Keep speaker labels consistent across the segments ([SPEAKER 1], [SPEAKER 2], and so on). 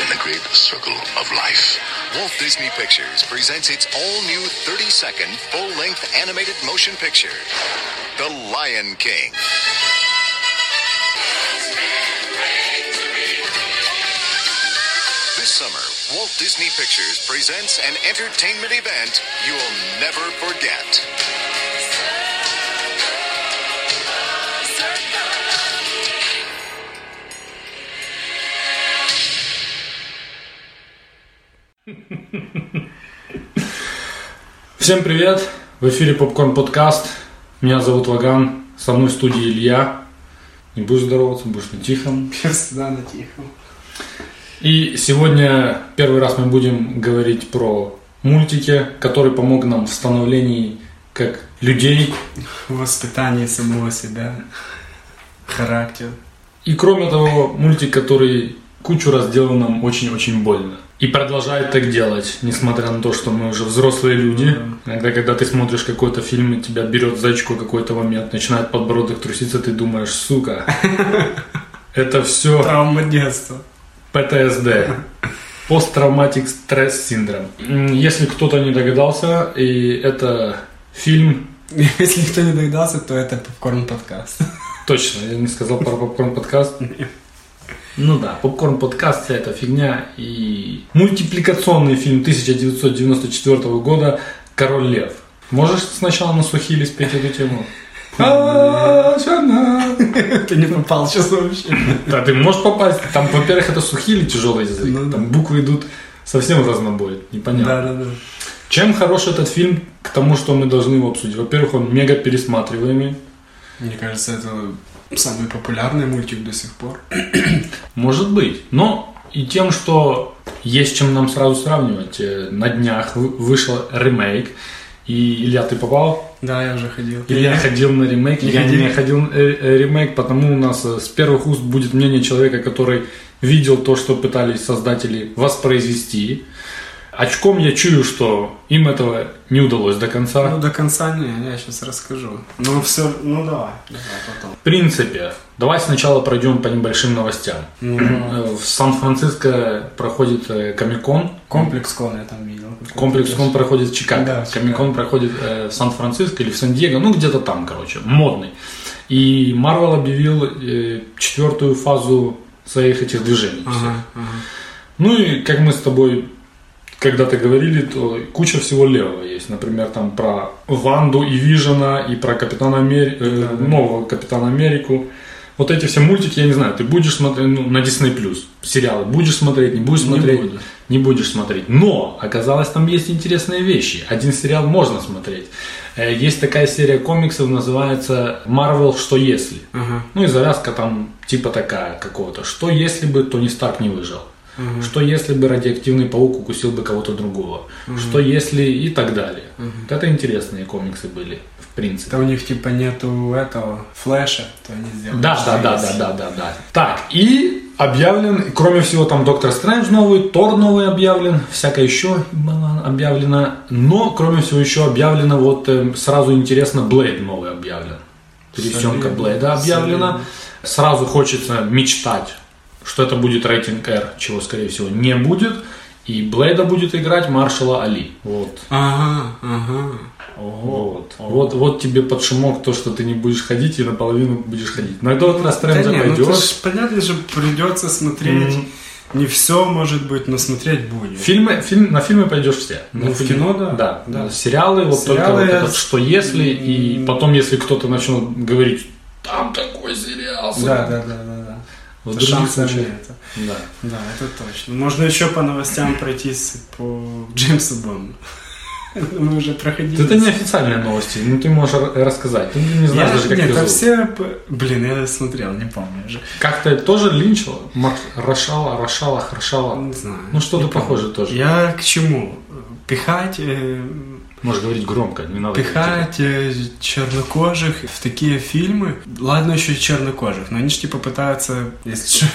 [SPEAKER 1] and the great circle of life.
[SPEAKER 2] Walt Disney Pictures presents its all new 30 second full length animated motion picture, The Lion King. This summer, Walt Disney Pictures presents an entertainment event you'll never forget.
[SPEAKER 3] Всем привет! В эфире Попкорн Подкаст. Меня зовут Ваган. Со мной в студии Илья. Не будешь здороваться, будешь на тихом.
[SPEAKER 4] Всегда на тихом.
[SPEAKER 3] И сегодня первый раз мы будем говорить про мультики, который помог нам в становлении как людей.
[SPEAKER 4] Воспитание самого себя. Характер.
[SPEAKER 3] И кроме того, мультик, который кучу раз делал нам очень-очень больно. И продолжает так делать, несмотря на то, что мы уже взрослые люди. Иногда, когда ты смотришь какой-то фильм, и тебя берет за очко какой-то момент, начинает подбородок труситься, ты думаешь, сука, это все...
[SPEAKER 4] Травма детства.
[SPEAKER 3] ПТСД. Посттравматик стресс синдром. М, Если кто-то не догадался, и это фильм...
[SPEAKER 4] Если кто не догадался, то это попкорн подкаст.
[SPEAKER 3] Точно, я не сказал про попкорн подкаст. Ну да, попкорн подкаст, вся эта фигня. И мультипликационный фильм 1994 года «Король лев». Можешь сначала на сухили спеть эту тему? А, жена.
[SPEAKER 4] Ты не попал сейчас вообще.
[SPEAKER 3] Да, ты можешь попасть. Там, во-первых, это сухили тяжелый язык.
[SPEAKER 4] Ну да.
[SPEAKER 3] Там буквы идут совсем в разнобой. Непонятно.
[SPEAKER 4] Да, да, да.
[SPEAKER 3] Чем хорош этот фильм к тому, что мы должны его обсудить? Во-первых, он мега пересматриваемый.
[SPEAKER 4] Мне кажется, это самый популярный мультик до сих пор.
[SPEAKER 3] Может быть. Но и тем, что есть чем нам сразу сравнивать. Э, На днях вы- вышел ремейк. И, Илья, ты попал?
[SPEAKER 4] Да, я уже ходил.
[SPEAKER 3] Илья ходил на ремейк,
[SPEAKER 4] Не
[SPEAKER 3] я
[SPEAKER 4] ходил.
[SPEAKER 3] не ходил на э, э, ремейк, потому у нас э, с первых уст будет мнение человека, который видел то, что пытались создатели воспроизвести. Очком я чую, что им этого не удалось до конца.
[SPEAKER 4] Ну, до конца не, я сейчас расскажу. Ну, все, ну давай. Давай потом.
[SPEAKER 3] В принципе, давай сначала пройдем по небольшим новостям. Э, В Сан-Франциско проходит э, Комикон.
[SPEAKER 4] Комплекс кон я там видел.
[SPEAKER 3] Комплекс Кон проходит в
[SPEAKER 4] Да,
[SPEAKER 3] Чикаго.
[SPEAKER 4] в Чикаго.
[SPEAKER 3] Комикон проходит э, в Сан-Франциско или в Сан-Диего, ну где-то там, короче, модный. И Марвел объявил э, четвертую фазу своих этих движений. всех.
[SPEAKER 4] Ага, ага.
[SPEAKER 3] Ну и как мы с тобой когда-то говорили, то куча всего левого есть. Например, там про Ванду и Вижена, и про Капитана Амери- э, нового Капитана Америку. Вот эти все мультики, я не знаю, ты будешь смотреть ну, на Disney Плюс сериалы, будешь смотреть, не будешь
[SPEAKER 4] Не
[SPEAKER 3] смотреть,
[SPEAKER 4] буду.
[SPEAKER 3] не будешь смотреть. Но оказалось, там есть интересные вещи. Один сериал можно смотреть. Э, Есть такая серия комиксов, называется Marvel, что если.
[SPEAKER 4] Ага.
[SPEAKER 3] Ну и завязка там типа такая какого-то. Что если бы Тони Старк не выжил? Что если бы радиоактивный паук укусил бы кого-то другого? Что если и так далее. Вот это интересные комиксы были, в принципе.
[SPEAKER 4] Это у них типа нету этого флеша, то они сделали.
[SPEAKER 3] Да, да, да, да, да, да, да. Так, и объявлен, кроме всего, там Доктор Стрэндж новый, Тор новый объявлен, всякое еще было объявлено. Но, кроме всего, еще объявлено, вот эм, сразу интересно, Блейд новый объявлен. Пересенка
[SPEAKER 4] Солидно,
[SPEAKER 3] Блейда объявлена.
[SPEAKER 4] солидно.
[SPEAKER 3] Сразу хочется мечтать, что это будет рейтинг R, чего, скорее всего, не будет. И Блейда будет играть Маршала Али. Вот.
[SPEAKER 4] А, Ага, ага.
[SPEAKER 3] Вот. Вот, вот тебе под шумок то, что ты не будешь ходить и наполовину будешь ходить. На Доктора Стрэнджа
[SPEAKER 4] Да не, ну
[SPEAKER 3] пойдешь.
[SPEAKER 4] ты ж, понятно же, придется смотреть. Не все может быть, но смотреть будет.
[SPEAKER 3] Фильмы, фильм, на фильмы пойдешь все.
[SPEAKER 4] Ну,
[SPEAKER 3] На
[SPEAKER 4] в
[SPEAKER 3] фильм-
[SPEAKER 4] кино, да.
[SPEAKER 3] Да,
[SPEAKER 4] Да.
[SPEAKER 3] Сериалы, вот
[SPEAKER 4] Сериалы
[SPEAKER 3] только вот этот,
[SPEAKER 4] с-
[SPEAKER 3] что если, и потом, если кто-то начнет говорить, там такой сериал.
[SPEAKER 4] Да, да, да, да,
[SPEAKER 3] В
[SPEAKER 4] да.
[SPEAKER 3] других
[SPEAKER 4] Шансов
[SPEAKER 3] случаях.
[SPEAKER 4] нет.
[SPEAKER 3] Да.
[SPEAKER 4] Да, это точно. Можно еще по новостям пройтись по Джеймсу Бонду. Мы уже проходили.
[SPEAKER 3] Это не официальные новости, ну ты можешь р- рассказать. Ты не знаешь
[SPEAKER 4] Я-
[SPEAKER 3] даже, как
[SPEAKER 4] Нет,
[SPEAKER 3] ее
[SPEAKER 4] там
[SPEAKER 3] зовут.
[SPEAKER 4] все... п- Блин, я смотрел, не помню уже.
[SPEAKER 3] Как-то тоже линчила? Мар- Рошала, Рошала, Харшала.
[SPEAKER 4] Не знаю.
[SPEAKER 3] Ну что-то
[SPEAKER 4] Не помню.
[SPEAKER 3] похоже тоже.
[SPEAKER 4] Я к чему? Пихать... э,
[SPEAKER 3] Можешь говорить громко, не надо. говорить.
[SPEAKER 4] Пихать э, чернокожих в такие фильмы. Ладно, еще и чернокожих, но они же типа пытаются, если что,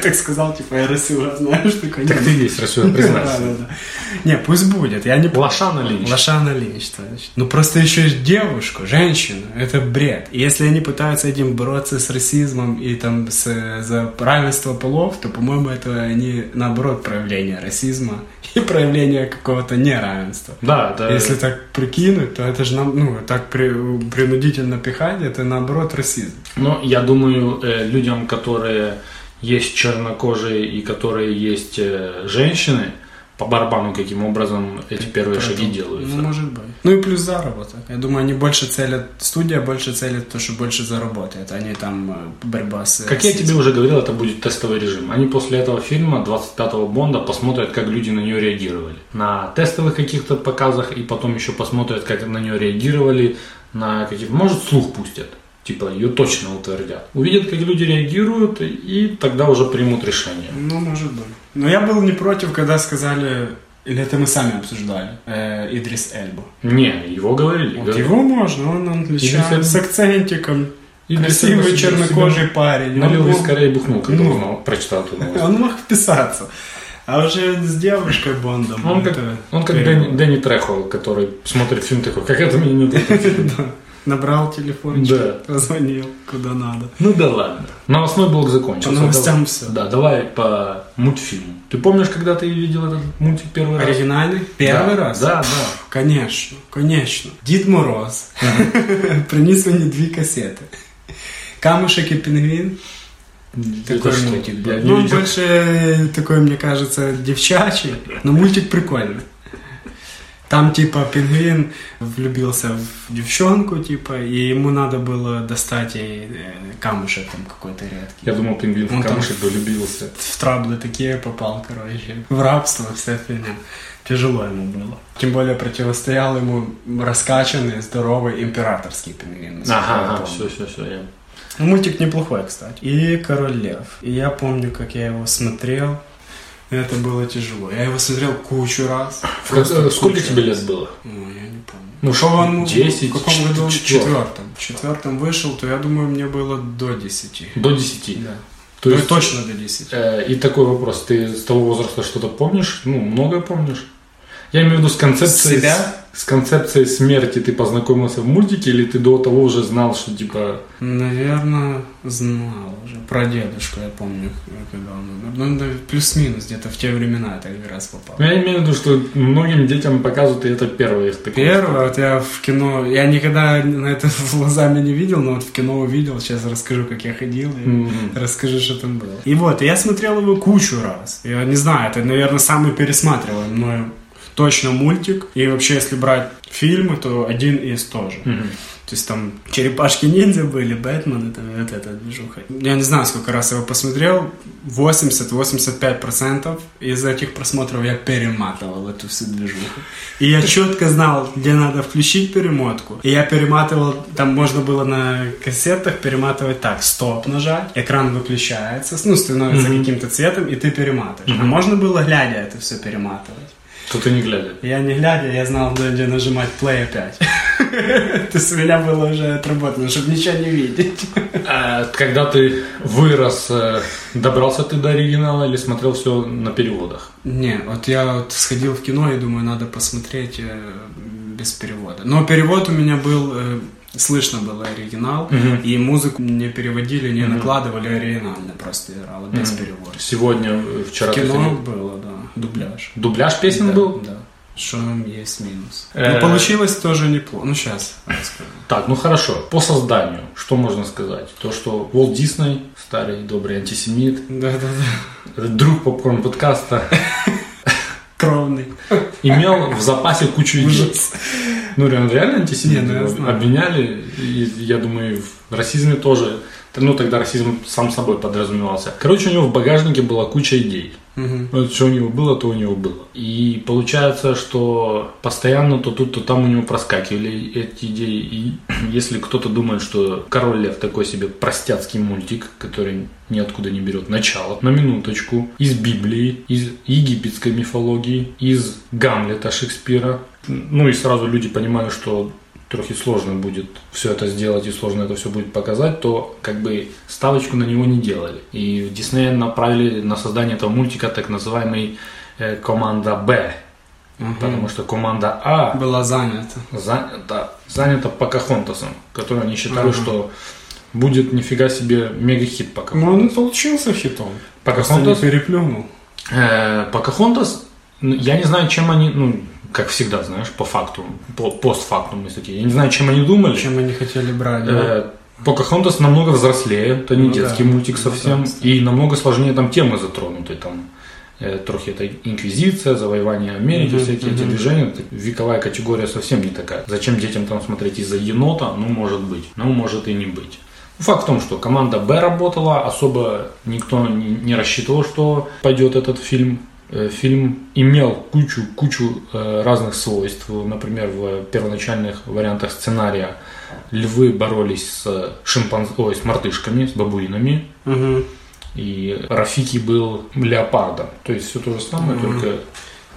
[SPEAKER 4] так сказал, типа, я рассыла, знаешь, такой.
[SPEAKER 3] Так
[SPEAKER 4] не,
[SPEAKER 3] ты есть, Расул,
[SPEAKER 4] Да,
[SPEAKER 3] признайся.
[SPEAKER 4] да, да. Не, пусть будет. Я не
[SPEAKER 3] Лошана Линч.
[SPEAKER 4] Лошана Линч, значит. Ну просто еще и девушку, женщину, это бред. И если они пытаются этим бороться с расизмом и там с, э, за равенство полов, то, по-моему, это они наоборот проявление расизма и проявление какого-то неравенства.
[SPEAKER 3] Да, да.
[SPEAKER 4] Если так прикинуть, то это же нам, ну, так при- принудительно пихать, это наоборот расизм.
[SPEAKER 3] Но я думаю, э, людям, которые есть чернокожие и которые есть э, женщины, по барабану каким образом эти первые шаги делаются.
[SPEAKER 4] Ну, может быть. Ну и плюс заработок. Я думаю, они больше целят, студия больше целит то, что больше заработает, а не там э, борьба с...
[SPEAKER 3] Как я тебе уже говорил, это будет тестовый режим. Они после этого фильма 25-го Бонда посмотрят, как люди на нее реагировали. На тестовых каких-то показах и потом еще посмотрят, как на нее реагировали, на каких Может, слух пустят. Типа, ее точно утвердят. Увидят, как люди реагируют, и тогда уже примут решение.
[SPEAKER 4] Ну, может быть. Но я был не против, когда сказали... Или это мы сами обсуждали? э, Идрис Эльбу.
[SPEAKER 3] Не, его говорили.
[SPEAKER 4] Вот
[SPEAKER 3] говорили.
[SPEAKER 4] его можно, он англичанин,
[SPEAKER 3] Эльба.
[SPEAKER 4] с акцентиком.
[SPEAKER 3] Идрис
[SPEAKER 4] красивый
[SPEAKER 3] Эльба себе-
[SPEAKER 4] чернокожий парень.
[SPEAKER 3] Налил
[SPEAKER 4] он, мог-
[SPEAKER 3] вискаря и бухнул, когда
[SPEAKER 4] Ну.
[SPEAKER 3] узнал, прочитал эту новость.
[SPEAKER 4] он мог вписаться. А уже с девушкой Бондом.
[SPEAKER 3] Он как,
[SPEAKER 4] это
[SPEAKER 3] он как
[SPEAKER 4] перебор.
[SPEAKER 3] Дэнни, Дэнни Трехол, который смотрит фильм такой, как это меня не
[SPEAKER 4] Набрал телефончик,
[SPEAKER 3] Да.
[SPEAKER 4] позвонил куда надо.
[SPEAKER 3] Ну да ладно. Новостной блок закончился.
[SPEAKER 4] По новостям
[SPEAKER 3] Давай-
[SPEAKER 4] всё.
[SPEAKER 3] Да, давай по мультфильму. Ты помнишь, когда ты видел этот мультик первый раз?
[SPEAKER 4] Оригинальный?
[SPEAKER 3] Да,
[SPEAKER 4] Первый раз?
[SPEAKER 3] Да, да.
[SPEAKER 4] Конечно, конечно. Дід Мороз приніс мені дві касети. Камушек и пингвин.
[SPEAKER 3] Это
[SPEAKER 4] Такой
[SPEAKER 3] что?
[SPEAKER 4] мультик был.
[SPEAKER 3] Я не
[SPEAKER 4] Ну, он
[SPEAKER 3] видел.
[SPEAKER 4] больше такой, мне кажется, девчачий, но мультик прикольный. Там, типа, пингвин влюбился в девчонку, типа, и ему надо было достать ей э, камушек там какой-то редкий.
[SPEAKER 3] Я думал, пингвин в
[SPEAKER 4] Он там-
[SPEAKER 3] камушек влюбился.
[SPEAKER 4] в траблы такие попал, короче. В рабство вся фигня. Тяжело ему было. Тем более противостоял ему раскачанный, здоровый императорский пингвин. насколько я
[SPEAKER 3] Ага, ага,
[SPEAKER 4] помню.
[SPEAKER 3] все, все, все. я-
[SPEAKER 4] Ну, Мультик неплохой, кстати. И Король Лев. И я помню, как я его смотрел. И Это было тяжело. Я его смотрел кучу раз.
[SPEAKER 3] В
[SPEAKER 4] Просто
[SPEAKER 3] А как- э, Сколько
[SPEAKER 4] кучу
[SPEAKER 3] тебе
[SPEAKER 4] раз.
[SPEAKER 3] лет было?
[SPEAKER 4] Ну, я не помню.
[SPEAKER 3] Ну,
[SPEAKER 4] Шел он
[SPEAKER 3] 10,
[SPEAKER 4] в каком году? В
[SPEAKER 3] четвёртом.
[SPEAKER 4] четвертом. В четвертом вышел, то я думаю, мне было до 10.
[SPEAKER 3] До 10.
[SPEAKER 4] Да.
[SPEAKER 3] То
[SPEAKER 4] Ну,
[SPEAKER 3] есть-
[SPEAKER 4] точно до 10.
[SPEAKER 3] Э, И такой вопрос. Ты с того возраста что-то помнишь? Ну, многое помнишь? Я имею в виду с концепцией...
[SPEAKER 4] Себя?
[SPEAKER 3] С концепцией смерти ты познакомился в мультике или ты до того уже знал, что типа
[SPEAKER 4] Наверное, знал уже. Про дедушку я помню, когда он умер. Ну, да, плюс-минус, где-то в те времена я так раз попал.
[SPEAKER 3] Ну, Я имею в виду, что многим детям показывают, и это первое их такое.
[SPEAKER 4] Первое, вот я в кино, я никогда на это глазами не видел, но вот в кино увидел, сейчас расскажу, как я ходил, и
[SPEAKER 3] Мгм.
[SPEAKER 4] расскажу, что там было. И вот, я смотрел его кучу раз. Я не знаю, это, наверное, самый пересматриваемый мною точно мультик. И вообще, если брать фильмы, то один из тоже.
[SPEAKER 3] Мгм.
[SPEAKER 4] То есть там черепашки ниндзя были, Бэтмен, это вот эта движуха. Я не знаю, сколько раз я его посмотрел. 80-85% из этих просмотров я перематывал эту всю движуху. И я четко знал, где надо включить перемотку. И я перематывал, там можно было на кассетах перематывать так, стоп нажать, экран выключается, ну, становится
[SPEAKER 3] Мгм.
[SPEAKER 4] каким-то цветом, и ты перематываешь. А можно было, глядя, это все перематывать.
[SPEAKER 3] Что ты не глядя.
[SPEAKER 4] Я не глядя, я знал, где где нажимать play опять. То есть у меня было уже отработано, чтобы ничего не видеть.
[SPEAKER 3] А когда ты вырос, э, добрался ты до оригинала или смотрел все на переводах?
[SPEAKER 4] Не, вот я вот сходил в кино и думаю, надо посмотреть э, без перевода. Но перевод у меня был, э, слышно было оригинал,
[SPEAKER 3] Мгм.
[SPEAKER 4] и музыку не переводили, не накладывали, оригинально просто играло, без перевода.
[SPEAKER 3] Сегодня, э, вчера
[SPEAKER 4] В
[SPEAKER 3] ты
[SPEAKER 4] кино
[SPEAKER 3] ходил.
[SPEAKER 4] было, да, дубляж.
[SPEAKER 3] Дубляж песен
[SPEAKER 4] Да,
[SPEAKER 3] был?
[SPEAKER 4] Да. Что есть минус.
[SPEAKER 3] Э,
[SPEAKER 4] Ну, получилось тоже неплохо. Ну, сейчас расскажу.
[SPEAKER 3] Так, ну хорошо. По созданию, что можно сказать? То, что Уолт Дисней, старый добрый антисемит,
[SPEAKER 4] Да-да-да.
[SPEAKER 3] э, друг попкорн подкаста,
[SPEAKER 4] Кровный.
[SPEAKER 3] имел в запасе кучу идей.
[SPEAKER 4] Ужас.
[SPEAKER 3] Ну, реально, реально антисемиты
[SPEAKER 4] Не, ну, я
[SPEAKER 3] его
[SPEAKER 4] знаю.
[SPEAKER 3] обвиняли, и, я думаю, и в расизме тоже. Ну, тогда расизм сам собой подразумевался. Короче, у него в багажнике была куча идей. Вот Ну, что у него было, то у него было. И получается, что постоянно то тут, то там у него проскакивали эти идеи. И если кто-то думает, что Король Лев такой себе простяцкий мультик, который ниоткуда не берет начало, на минуточку, из Библии, из египетской мифологии, из Гамлета Шекспира, ну и сразу люди понимают, что которых и сложно будет все это сделать, и сложно это все будет показать, то как бы ставочку на него не делали. И в Диснея направили на создание этого мультика так называемый э, команда Б. Потому что команда А
[SPEAKER 4] Была занята.
[SPEAKER 3] занята, занята Покахонтасом, который они считали, что будет нифига себе мега-хит Покахонтас.
[SPEAKER 4] Ну, он и получился хитом. Просто не
[SPEAKER 3] Покахонтас?
[SPEAKER 4] переплюнул.
[SPEAKER 3] Э, Покахонтас, ну, я не знаю, чем они, ну, как всегда, знаешь, по факту, по постфактум, если такие. Я не знаю, чем они думали.
[SPEAKER 4] Чем они хотели брать. да?
[SPEAKER 3] Э, Покахонтас намного взрослее, это не
[SPEAKER 4] Ну да.
[SPEAKER 3] детский мультик
[SPEAKER 4] Ну
[SPEAKER 3] совсем,
[SPEAKER 4] да,
[SPEAKER 3] и намного сложнее там темы затронуты, там э, трохи это инквизиция, завоевание Америки, всякие эти движения, это вековая категория совсем не такая. Зачем детям там смотреть из-за енота? Ну, может быть, ну, может и не быть. Ну, Факт в том, что команда Б работала, особо никто не не рассчитывал, что пойдет этот фильм. Э, Фильм имел кучу-кучу э, разных свойств. Например, в первоначальных вариантах сценария львы боролись с шимпанз... Ой, с мартышками, с бабуинами.
[SPEAKER 4] Мгм.
[SPEAKER 3] И Рафики был леопардом. То есть все то же самое, только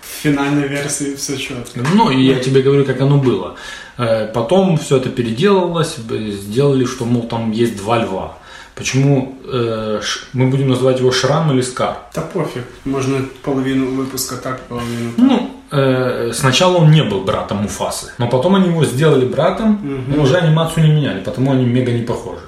[SPEAKER 4] В финальной версии все четко.
[SPEAKER 3] ну, и я тебе говорю, как оно было. Э, Потом все это переделалось, б- сделали, что, мол, там есть два льва. Почему э, Ш- мы будем называть его Шрам или Скар?
[SPEAKER 4] Да пофиг. Можно половину выпуска так, половину так.
[SPEAKER 3] Ну, э, сначала он не был братом Муфасы, но потом они его сделали братом, но уже анимацию не меняли, потому они мега не похожи.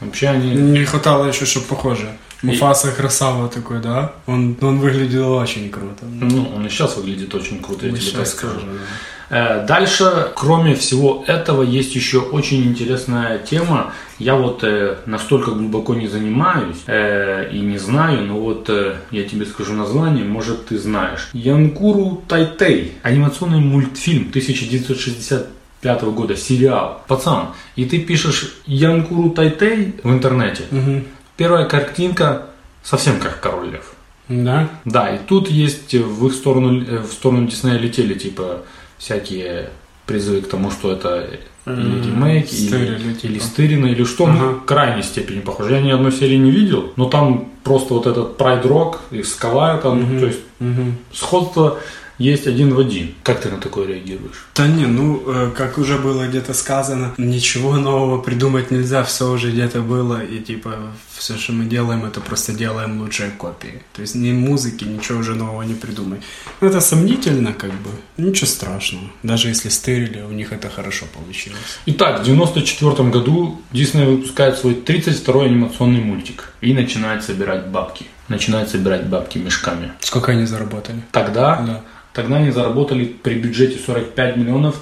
[SPEAKER 3] Вообще они...
[SPEAKER 4] Не хватало еще, чтобы похоже. Муфаса Красава такой, да? Он, он выглядел очень круто.
[SPEAKER 3] Ну, он и сейчас выглядит очень круто, я тебе так
[SPEAKER 4] Сейчас
[SPEAKER 3] скажу.
[SPEAKER 4] скажу, да.
[SPEAKER 3] Э, Дальше, кроме всего этого, есть еще очень интересная тема. Я вот э, настолько глубоко не занимаюсь э, и не знаю, но вот э, я тебе скажу название, может ты знаешь. Янкуру Тайтей. Анимационный мультфильм 1965 года, сериал. Пацан, и ты пишешь Янкуру Тайтей в интернете. Первая картинка совсем как Король Лев.
[SPEAKER 4] Да?
[SPEAKER 3] Да, и тут есть в их сторону, э, в сторону Диснея летели, типа, всякие призывы к тому, что это или ремейк, или,
[SPEAKER 4] стереотипы.
[SPEAKER 3] или стырина, или что, ну, в крайней степени похоже. Я ни одной серии не видел, но там просто вот этот Pride Rock и скала, там, ну, то есть сходство есть один в один. Как ты на такое реагируешь?
[SPEAKER 4] Да не, ну, э, как уже было где-то сказано, ничего нового придумать нельзя, все уже где-то было, и типа все, что мы делаем, это просто делаем лучшие копии. То есть ни музыки, ничего уже нового не придумай. Ну, это сомнительно, как бы. Ничего страшного. Даже если стырили, у них это хорошо получилось.
[SPEAKER 3] Итак, в 94 году Дисней выпускает свой 32-й анимационный мультик и начинает собирать бабки. Начинает собирать бабки мешками.
[SPEAKER 4] Сколько они заработали?
[SPEAKER 3] Тогда,
[SPEAKER 4] Да.
[SPEAKER 3] тогда они заработали при бюджете 45 миллионов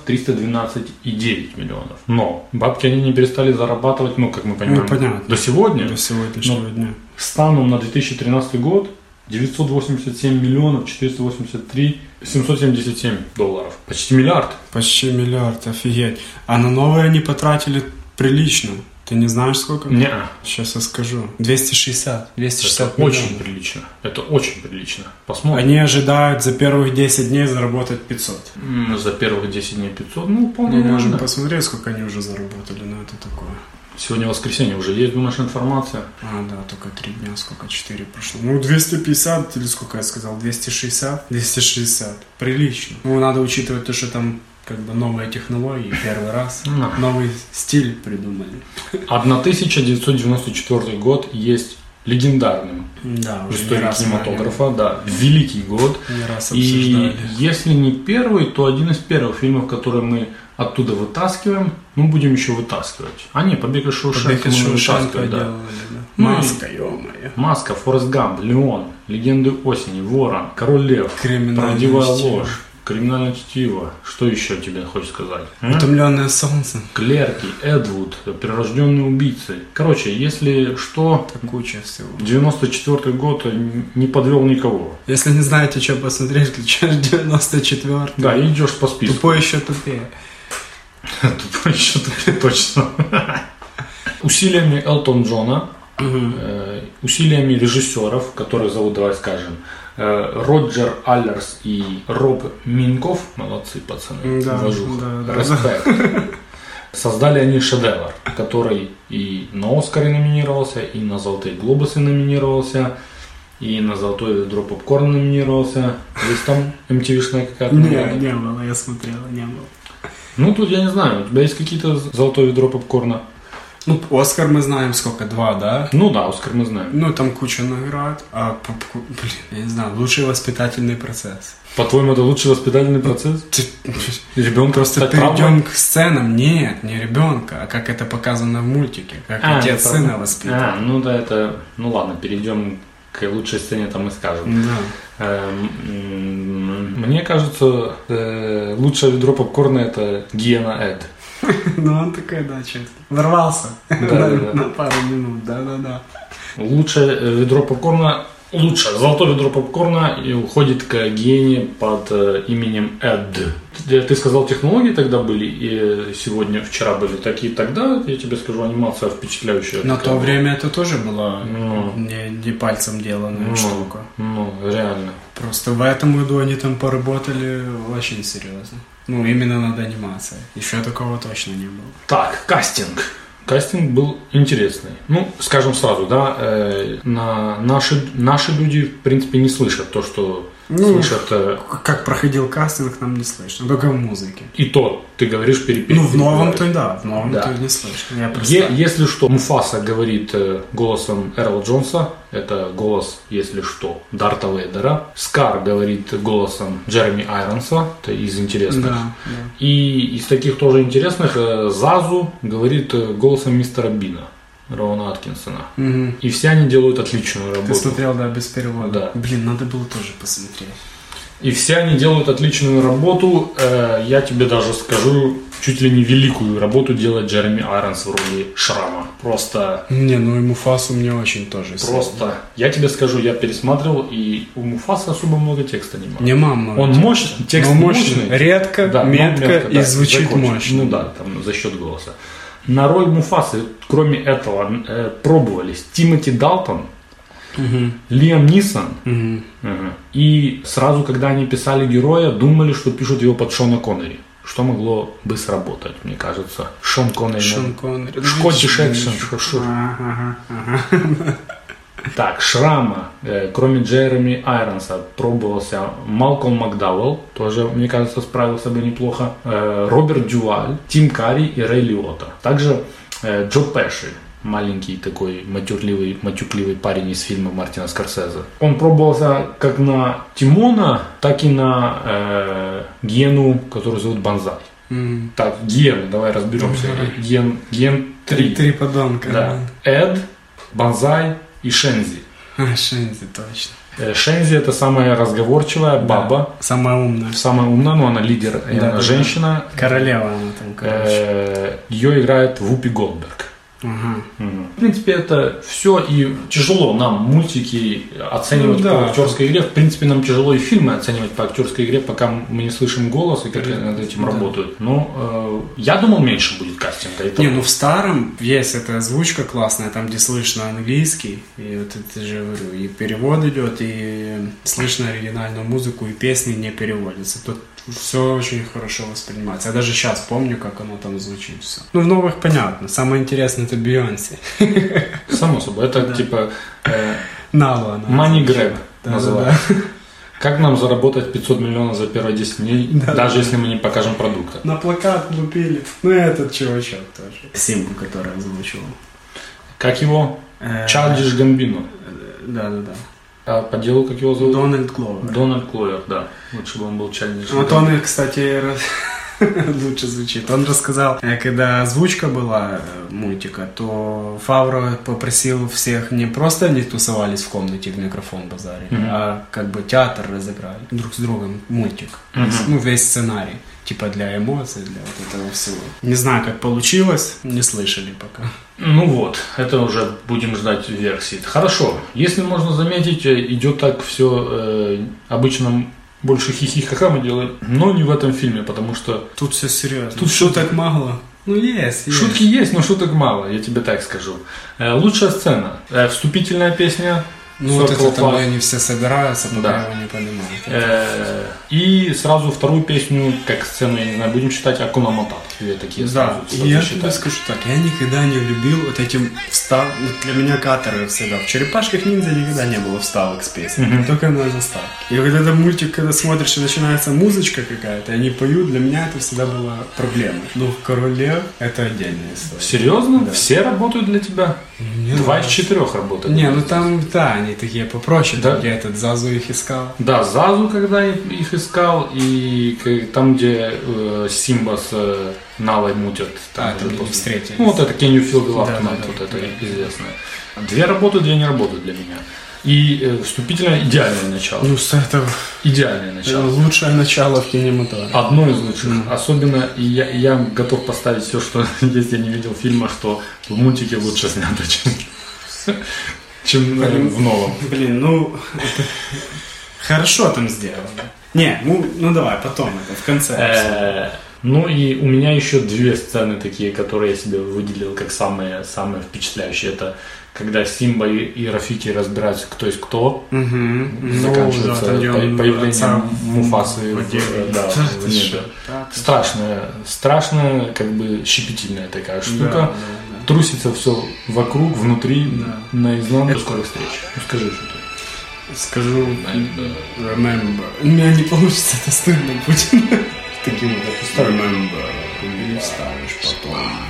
[SPEAKER 3] 312,9 миллионов. Но бабки они не перестали зарабатывать, ну, как мы понимаем,
[SPEAKER 4] понятно.
[SPEAKER 3] до сегодня.
[SPEAKER 4] До сегодняшнего
[SPEAKER 3] Ну,
[SPEAKER 4] дня.
[SPEAKER 3] Станом на 2013 год 987 миллионов 483 777 долларов. Почти миллиард.
[SPEAKER 4] Почти миллиард, офигеть. А на новые они потратили прилично. Ты не знаешь, сколько?
[SPEAKER 3] Неа.
[SPEAKER 4] Сейчас я скажу. 260. 260
[SPEAKER 3] Это а, очень
[SPEAKER 4] миллионов.
[SPEAKER 3] прилично. Это очень прилично. Посмотрим.
[SPEAKER 4] Они ожидают за первых 10 дней заработать 500.
[SPEAKER 3] М, За первых 10 дней 500. Ну, вполне
[SPEAKER 4] Мы можем
[SPEAKER 3] реально.
[SPEAKER 4] посмотреть, сколько они уже заработали, но это такое.
[SPEAKER 3] Сегодня воскресенье. Уже есть, думаешь, информация?
[SPEAKER 4] А, да, только 3 дня, сколько? 4 прошло. Ну, 250, или сколько я сказал, 260? 260. Прилично. Ну, надо учитывать то, что там как бы новые технологии, первый раз,
[SPEAKER 3] Ну Да.
[SPEAKER 4] новый стиль придумали.
[SPEAKER 3] 1994 год есть легендарным
[SPEAKER 4] Да,
[SPEAKER 3] в
[SPEAKER 4] уже не
[SPEAKER 3] истории
[SPEAKER 4] раз мы о нем-
[SPEAKER 3] кинематографа, да, великий год.
[SPEAKER 4] Не раз
[SPEAKER 3] И
[SPEAKER 4] обсуждали.
[SPEAKER 3] если не первый, то один из первых фильмов, которые мы оттуда вытаскиваем, ну будем еще вытаскивать. А не, Побег из Шоушенка
[SPEAKER 4] Шушенко,
[SPEAKER 3] мы
[SPEAKER 4] Шушенко
[SPEAKER 3] вытаскиваем, да.
[SPEAKER 4] делали, да.
[SPEAKER 3] Ну и-
[SPEAKER 4] Маска, ё-моё.
[SPEAKER 3] Маска, Форест Гамп, Леон, Легенды осени, Ворон, Король Лев,
[SPEAKER 4] Криминальное
[SPEAKER 3] Правдивая
[SPEAKER 4] чтиво.
[SPEAKER 3] ложь, Криминальное чтиво. Что еще тебе хочешь сказать? м?
[SPEAKER 4] Утомленное солнцем.
[SPEAKER 3] Клерки, Эдвуд, Прирожденные убийцы. Короче, если что,
[SPEAKER 4] Куча всего.
[SPEAKER 3] 94 год э, н- не подвел никого.
[SPEAKER 4] Если не знаете, что посмотреть, включаешь 94
[SPEAKER 3] Да, и идешь по списку.
[SPEAKER 4] Тупой еще тупее.
[SPEAKER 3] Тупой еще тупее, точно. Усилиями Элтон Джона, э, усилиями режиссеров, которых зовут, давай скажем, э, Роджер Аллерс и Роб Минков, молодцы пацаны,
[SPEAKER 4] Да,
[SPEAKER 3] уважуха,
[SPEAKER 4] да, да.
[SPEAKER 3] респект. Создали они шедевр, который и на Оскары номинировался, и на Золотые Глобусы номинировался, и на Золотое ведро попкорна номинировался. Есть там MTV-шная какая-то?
[SPEAKER 4] Не,
[SPEAKER 3] бригада?
[SPEAKER 4] не было, я смотрела, не было.
[SPEAKER 3] Ну, тут я не знаю, у тебя есть какие-то золотое ведро попкорна?
[SPEAKER 4] Ну, Оскар мы знаем сколько, два, да?
[SPEAKER 3] Ну да, Оскар мы знаем.
[SPEAKER 4] Ну, там куча наград, а, попку- блин, я не знаю, лучший воспитательный процесс.
[SPEAKER 3] По-твоему, это лучший воспитательный процесс?
[SPEAKER 4] Ты-
[SPEAKER 3] Ребенка
[SPEAKER 4] Просто
[SPEAKER 3] воспитать правда?
[SPEAKER 4] перейдем к сценам. Нет, не ребенка, а как это показано в мультике. Как
[SPEAKER 3] А,
[SPEAKER 4] отец
[SPEAKER 3] это-
[SPEAKER 4] сына воспитывает.
[SPEAKER 3] А, ну да, это... Ну ладно, перейдем к лучшей сцене, там и скажем.
[SPEAKER 4] Да.
[SPEAKER 3] Эм, м, Мне кажется, э, лучшее ведро попкорна это Гена Эд.
[SPEAKER 4] Ну, он такой, да, честно. Ворвался
[SPEAKER 3] да,
[SPEAKER 4] на,
[SPEAKER 3] да.
[SPEAKER 4] на пару минут, да-да-да.
[SPEAKER 3] Лучшее э, ведро попкорна... Лучше. Золотое ведро попкорна и уходит к Гене под э, именем Эд. Ты, ты сказал, технологии тогда были и э, сегодня, вчера были такие. Тогда, я тебе скажу, анимация впечатляющая.
[SPEAKER 4] На
[SPEAKER 3] такая.
[SPEAKER 4] то время это тоже было
[SPEAKER 3] Ну.
[SPEAKER 4] не, не пальцем деланная
[SPEAKER 3] Ну.
[SPEAKER 4] штука.
[SPEAKER 3] Ну, реально.
[SPEAKER 4] Просто в этом году они там поработали очень серьезно. Ну, именно над анимацией. Еще такого точно не было.
[SPEAKER 3] Так, кастинг. Кастинг был интересный. Ну, скажем сразу, да, э, на наши, наши люди, в принципе, не слышат то, что
[SPEAKER 4] Ну.
[SPEAKER 3] слышат. э,
[SPEAKER 4] Как проходил кастинг, нам не слышно. Только в музыке.
[SPEAKER 3] и то, ты говоришь, перепеть.
[SPEAKER 4] Ну, в новом-то да, в новом-то
[SPEAKER 3] Да.
[SPEAKER 4] не слышно. Я просто...
[SPEAKER 3] Е- если что, Муфаса говорит э, голосом Эрла Джонса, это голос, если что, Дарта Вейдера. Скар говорит голосом Джереми Айронса, это из интересных.
[SPEAKER 4] Да, да.
[SPEAKER 3] И из таких тоже интересных э, Зазу говорит э, голосом мистера Бина, Роуна Аткинсона.
[SPEAKER 4] Мгм.
[SPEAKER 3] И все они делают отличную работу.
[SPEAKER 4] Ты смотрел, да, без перевода.
[SPEAKER 3] Да.
[SPEAKER 4] Блин, надо было тоже посмотреть.
[SPEAKER 3] И все они делают отличную работу. Э, я тебе даже скажу, чуть ли не великую работу делает Джереми Айронс в роли Шрама. Просто...
[SPEAKER 4] Не, ну и Муфасу мне очень тоже
[SPEAKER 3] Просто. Я тебе скажу, я пересматривал, и у Муфаса особо много текста не было.
[SPEAKER 4] Не мама.
[SPEAKER 3] Он мощный, текст мощный.
[SPEAKER 4] Редко,
[SPEAKER 3] Да, но
[SPEAKER 4] метко, и
[SPEAKER 3] да,
[SPEAKER 4] звучит
[SPEAKER 3] закончен.
[SPEAKER 4] мощно.
[SPEAKER 3] Ну да, там за счет голоса. На роль Муфасы, кроме этого, э, пробовались Тимоти Далтон, Лиам Нисон. Мгм. И сразу, когда они писали героя, думали, что пишут его под Шона Коннери. Что могло бы сработать, мне кажется. Шон Коннери.
[SPEAKER 4] Шон Коннери.
[SPEAKER 3] Шкоттиш
[SPEAKER 4] Блин,
[SPEAKER 3] экшен.
[SPEAKER 4] Шон-
[SPEAKER 3] Шо- шо-
[SPEAKER 4] Ага, ага.
[SPEAKER 3] Так, Шрама, э, кроме Джереми Айронса, пробовался Малком Макдауэлл, тоже, мне кажется, справился бы неплохо, э, Роберт Дюваль, Тим Карри и Рэй Лиотта. Также э, Джо Пеши, маленький такой матюрливый, матюкливый парень из фильма Мартина Скорсезе. Он пробовался как на Тимона, так и на э, Гену, который зовут Бонзай.
[SPEAKER 4] Мгм.
[SPEAKER 3] Так, Ген, давай разберемся. Ген, ген 3.
[SPEAKER 4] Три, три подонка.
[SPEAKER 3] Да. Эд, Бонзай и Шензи.
[SPEAKER 4] А, Шензи, точно.
[SPEAKER 3] Э, Шензи это самая разговорчивая баба,
[SPEAKER 4] Самая умная.
[SPEAKER 3] самая умная, но она лидер, и
[SPEAKER 4] Да,
[SPEAKER 3] она
[SPEAKER 4] да,
[SPEAKER 3] женщина.
[SPEAKER 4] Королева она там, короче.
[SPEAKER 3] Ее играет Вупи Голдберг.
[SPEAKER 4] Ага.
[SPEAKER 3] В принципе, это все и тяжело нам мультики оценивать
[SPEAKER 4] Ну да.
[SPEAKER 3] по актерской игре. В принципе, нам тяжело и фильмы оценивать по актерской игре, пока мы не слышим голос и как они над этим
[SPEAKER 4] Да.
[SPEAKER 3] работают. Но э, я думал, меньше будет кастинга. Это-
[SPEAKER 4] Не, ну в старом есть эта озвучка классная, там где слышно английский, и вот это же я говорю, и перевод идет, и слышно оригинальную музыку, и песни не переводятся. Тут все очень хорошо воспринимается. Я даже сейчас помню, как оно там звучит все. Ну в новых понятно. Самое интересное это Бейонсе.
[SPEAKER 3] Само собой, это типа э,
[SPEAKER 4] Нала она.
[SPEAKER 3] Money
[SPEAKER 4] озвучила.
[SPEAKER 3] Grab
[SPEAKER 4] Да,
[SPEAKER 3] называют. Как нам заработать 500 миллионов за первые 10 дней,
[SPEAKER 4] Да.
[SPEAKER 3] даже если мы не покажем продукта?
[SPEAKER 4] На плакат лупили. Ну и этот чувачок тоже. Симку, который озвучивал.
[SPEAKER 3] Как его?
[SPEAKER 4] Э,
[SPEAKER 3] Чарльдиш Гамбино.
[SPEAKER 4] Да-да-да.
[SPEAKER 3] А по делу как его зовут?
[SPEAKER 4] Дональд Гловер.
[SPEAKER 3] Дональд Кловер, да. Лучше бы он был Чарльдиш
[SPEAKER 4] Вот
[SPEAKER 3] Гамбино.
[SPEAKER 4] он, кстати, рас- лучше звучит. Он рассказал, э, когда озвучка была э, мультика, то Фавро попросил всех не просто они тусовались в комнате в микрофон базарили,
[SPEAKER 3] Мгм.
[SPEAKER 4] а как бы театр разыграли друг с другом мультик.
[SPEAKER 3] Мгм.
[SPEAKER 4] Ну, весь сценарий. Типа для эмоций, для вот этого всего. Не знаю, как получилось, не слышали пока.
[SPEAKER 3] Ну вот, это уже будем ждать версии. Хорошо, если можно заметить, э, идет так все обычно больше хихи-ха-ха мы делаем, но не в этом фильме, потому что
[SPEAKER 4] Тут все серьезно.
[SPEAKER 3] Тут
[SPEAKER 4] Тут что так мало? Ну, есть, есть.
[SPEAKER 3] шутки есть, но шуток мало, я тебе так скажу. Э, Лучшая сцена. Э, Вступительная песня
[SPEAKER 4] Ну вот
[SPEAKER 3] Circle
[SPEAKER 4] это
[SPEAKER 3] of
[SPEAKER 4] там,
[SPEAKER 3] Life.
[SPEAKER 4] где они все собираются, пока
[SPEAKER 3] Да.
[SPEAKER 4] я его не понимаю.
[SPEAKER 3] Э, И сразу вторую песню, как сцену, я не знаю, будем считать Акуна Матат. Две такие
[SPEAKER 4] Да,
[SPEAKER 3] сразу.
[SPEAKER 4] и
[SPEAKER 3] сразу
[SPEAKER 4] я тебе
[SPEAKER 3] считаю.
[SPEAKER 4] скажу так, я никогда не любил вот этим встав... вот Для меня каторы всегда. В «Черепашках ниндзя» никогда не было вставок с песен, только на заставке. И вот этот мультик, когда смотришь, и начинается музычка какая-то, и они поют, для меня это всегда была проблема. Но в «Король Лев» это отдельная история.
[SPEAKER 3] Серьезно? Все работают для тебя? Два из четырех работают.
[SPEAKER 4] Не, ну там, да, они такие попроще,
[SPEAKER 3] Да.
[SPEAKER 4] там, где этот Зазу их искал.
[SPEAKER 3] Да, Зазу, когда и- их искал, и к- там, где э, Симба с э, Налой мутят.
[SPEAKER 4] А,
[SPEAKER 3] уже
[SPEAKER 4] там они
[SPEAKER 3] после.
[SPEAKER 4] встретились.
[SPEAKER 3] Ну, вот это Can You Feel the Love
[SPEAKER 4] Да, да,
[SPEAKER 3] Tonight,
[SPEAKER 4] да.
[SPEAKER 3] вот это известное. Две работают, две не работают для меня. И э, вступительное идеальное начало.
[SPEAKER 4] Ну, с этого э,
[SPEAKER 3] Идеальное начало.
[SPEAKER 4] лучшее начало в кинематографе.
[SPEAKER 3] Одно из лучших. Особенно и я, и я готов поставить все, что есть. Я не видел фильма, что в мультике лучше снято, чем, чем э, в новом.
[SPEAKER 4] Блин, ну... это Хорошо там сделано. Не, ну, ну давай, потом это, в конце.
[SPEAKER 3] Э, Ну и у меня еще две сцены такие, которые я себе выделил как самые, самые впечатляющие. Это когда Симба и, и Рафики разбираются, кто есть кто, заканчивается
[SPEAKER 4] да, там, где
[SPEAKER 3] по-
[SPEAKER 4] он
[SPEAKER 3] появлением
[SPEAKER 4] ну, отца
[SPEAKER 3] Муфасы в,
[SPEAKER 4] потерял.
[SPEAKER 3] да,
[SPEAKER 4] Да,
[SPEAKER 3] в
[SPEAKER 4] ты
[SPEAKER 3] небе.
[SPEAKER 4] что, так?
[SPEAKER 3] Страшная, страшная, как бы щепетильная такая штука.
[SPEAKER 4] да,
[SPEAKER 3] Трусится все вокруг, внутри,
[SPEAKER 4] Да.
[SPEAKER 3] наизнанку.
[SPEAKER 4] Это-
[SPEAKER 3] До скорых встреч. Ну, скажи, что ты.
[SPEAKER 4] Скажу... Remember. У меня не получится, это стыдно будет. Таким вот это старым. Remember. Ты не встанешь потом.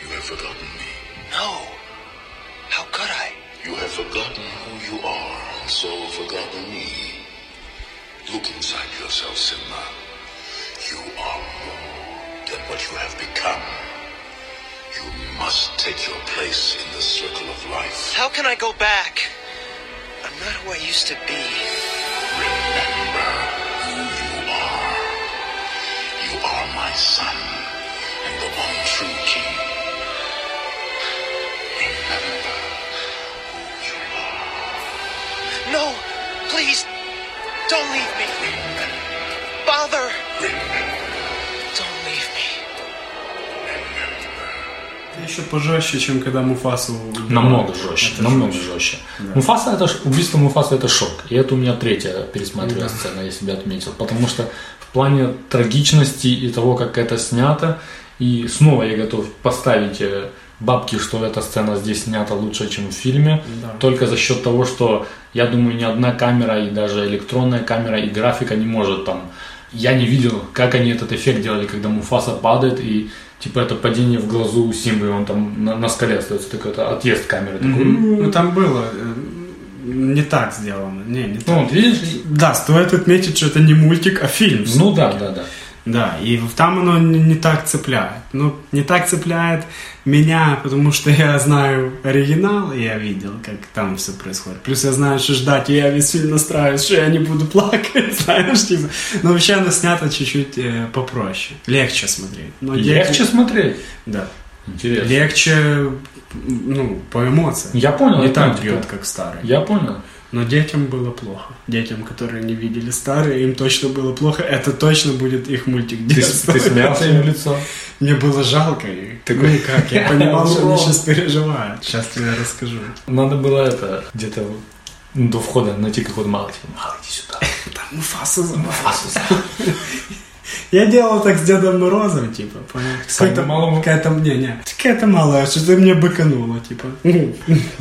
[SPEAKER 1] You have forgotten me.
[SPEAKER 2] No. How could I?
[SPEAKER 1] You have forgotten who you are, so forgotten me. Look inside yourself, Simba. You are more than what you have become. You must take your place in the circle of life.
[SPEAKER 2] How can I go back? I'm not who I used to be.
[SPEAKER 1] Remember who you are. You are my son and the one true king. Remember who you are.
[SPEAKER 2] No, please, don't leave me.
[SPEAKER 1] Remember,
[SPEAKER 2] Father,
[SPEAKER 1] remember,
[SPEAKER 2] don't leave me.
[SPEAKER 1] remember.
[SPEAKER 4] Это еще пожестче, чем когда Муфасу... убивают.
[SPEAKER 3] Намного жестче,
[SPEAKER 4] Это
[SPEAKER 3] намного жестче. Муфаса это ш- убийство Муфаса это шок. И это у меня третья пересматривая сцена, я себя отметил. Потому что в плане трагичности и того, как это снято, и снова я готов поставить э, бабки, что эта сцена здесь снята лучше, чем в фильме. Только за счет того, что я думаю, ни одна камера, и даже электронная камера, и графика не может там. Я не видел, как они этот эффект делали, когда Муфаса падает и типа это падение в глазу у Симбы, и он там на, на скале остается, такой это отъезд камеры. такой.
[SPEAKER 4] Ну, там было... э, Не так сделано. Не, не
[SPEAKER 3] Ну,
[SPEAKER 4] так.
[SPEAKER 3] вот видишь?
[SPEAKER 4] Да, стоит отметить, что это не мультик, а фильм.
[SPEAKER 3] Ну да, да, да.
[SPEAKER 4] Да, и в- там оно не, не так цепляет. Ну, не так цепляет меня, потому что я знаю оригинал, и я видел, как там все происходит. Плюс я знаю, что ждать, и я весь фильм настраиваюсь, что я не буду плакать, знаешь, типа. Но вообще оно снято чуть-чуть э, попроще. Легче смотреть. Но
[SPEAKER 3] Легче
[SPEAKER 4] дети-
[SPEAKER 3] смотреть.
[SPEAKER 4] Да.
[SPEAKER 3] Интересно.
[SPEAKER 4] Легче, ну, по эмоциям.
[SPEAKER 3] Я понял.
[SPEAKER 4] не
[SPEAKER 3] я
[SPEAKER 4] так
[SPEAKER 3] понял,
[SPEAKER 4] бьет,
[SPEAKER 3] типа.
[SPEAKER 4] как старый.
[SPEAKER 3] Я понял.
[SPEAKER 4] Но детям было плохо. Детям, которые не видели старые, им точно было плохо. Это точно будет их мультик
[SPEAKER 3] Ты,
[SPEAKER 4] детства.
[SPEAKER 3] ты смеялся им в лицо.
[SPEAKER 4] Мне было жалко их. Ну как, я понимал, что они сейчас переживают. Сейчас тебе расскажу.
[SPEAKER 3] Надо было это где-то до входа найти какой-то малый. типа, Малый, иди сюда.
[SPEAKER 4] Там Муфасу за Муфасу за. Я делал так с Дедом Морозом, типа, понял?
[SPEAKER 3] Самому
[SPEAKER 4] Какой-то-
[SPEAKER 3] малому?
[SPEAKER 4] Какая-то мне, не. Какая-то малая, что ты мне быканула, типа. Ну,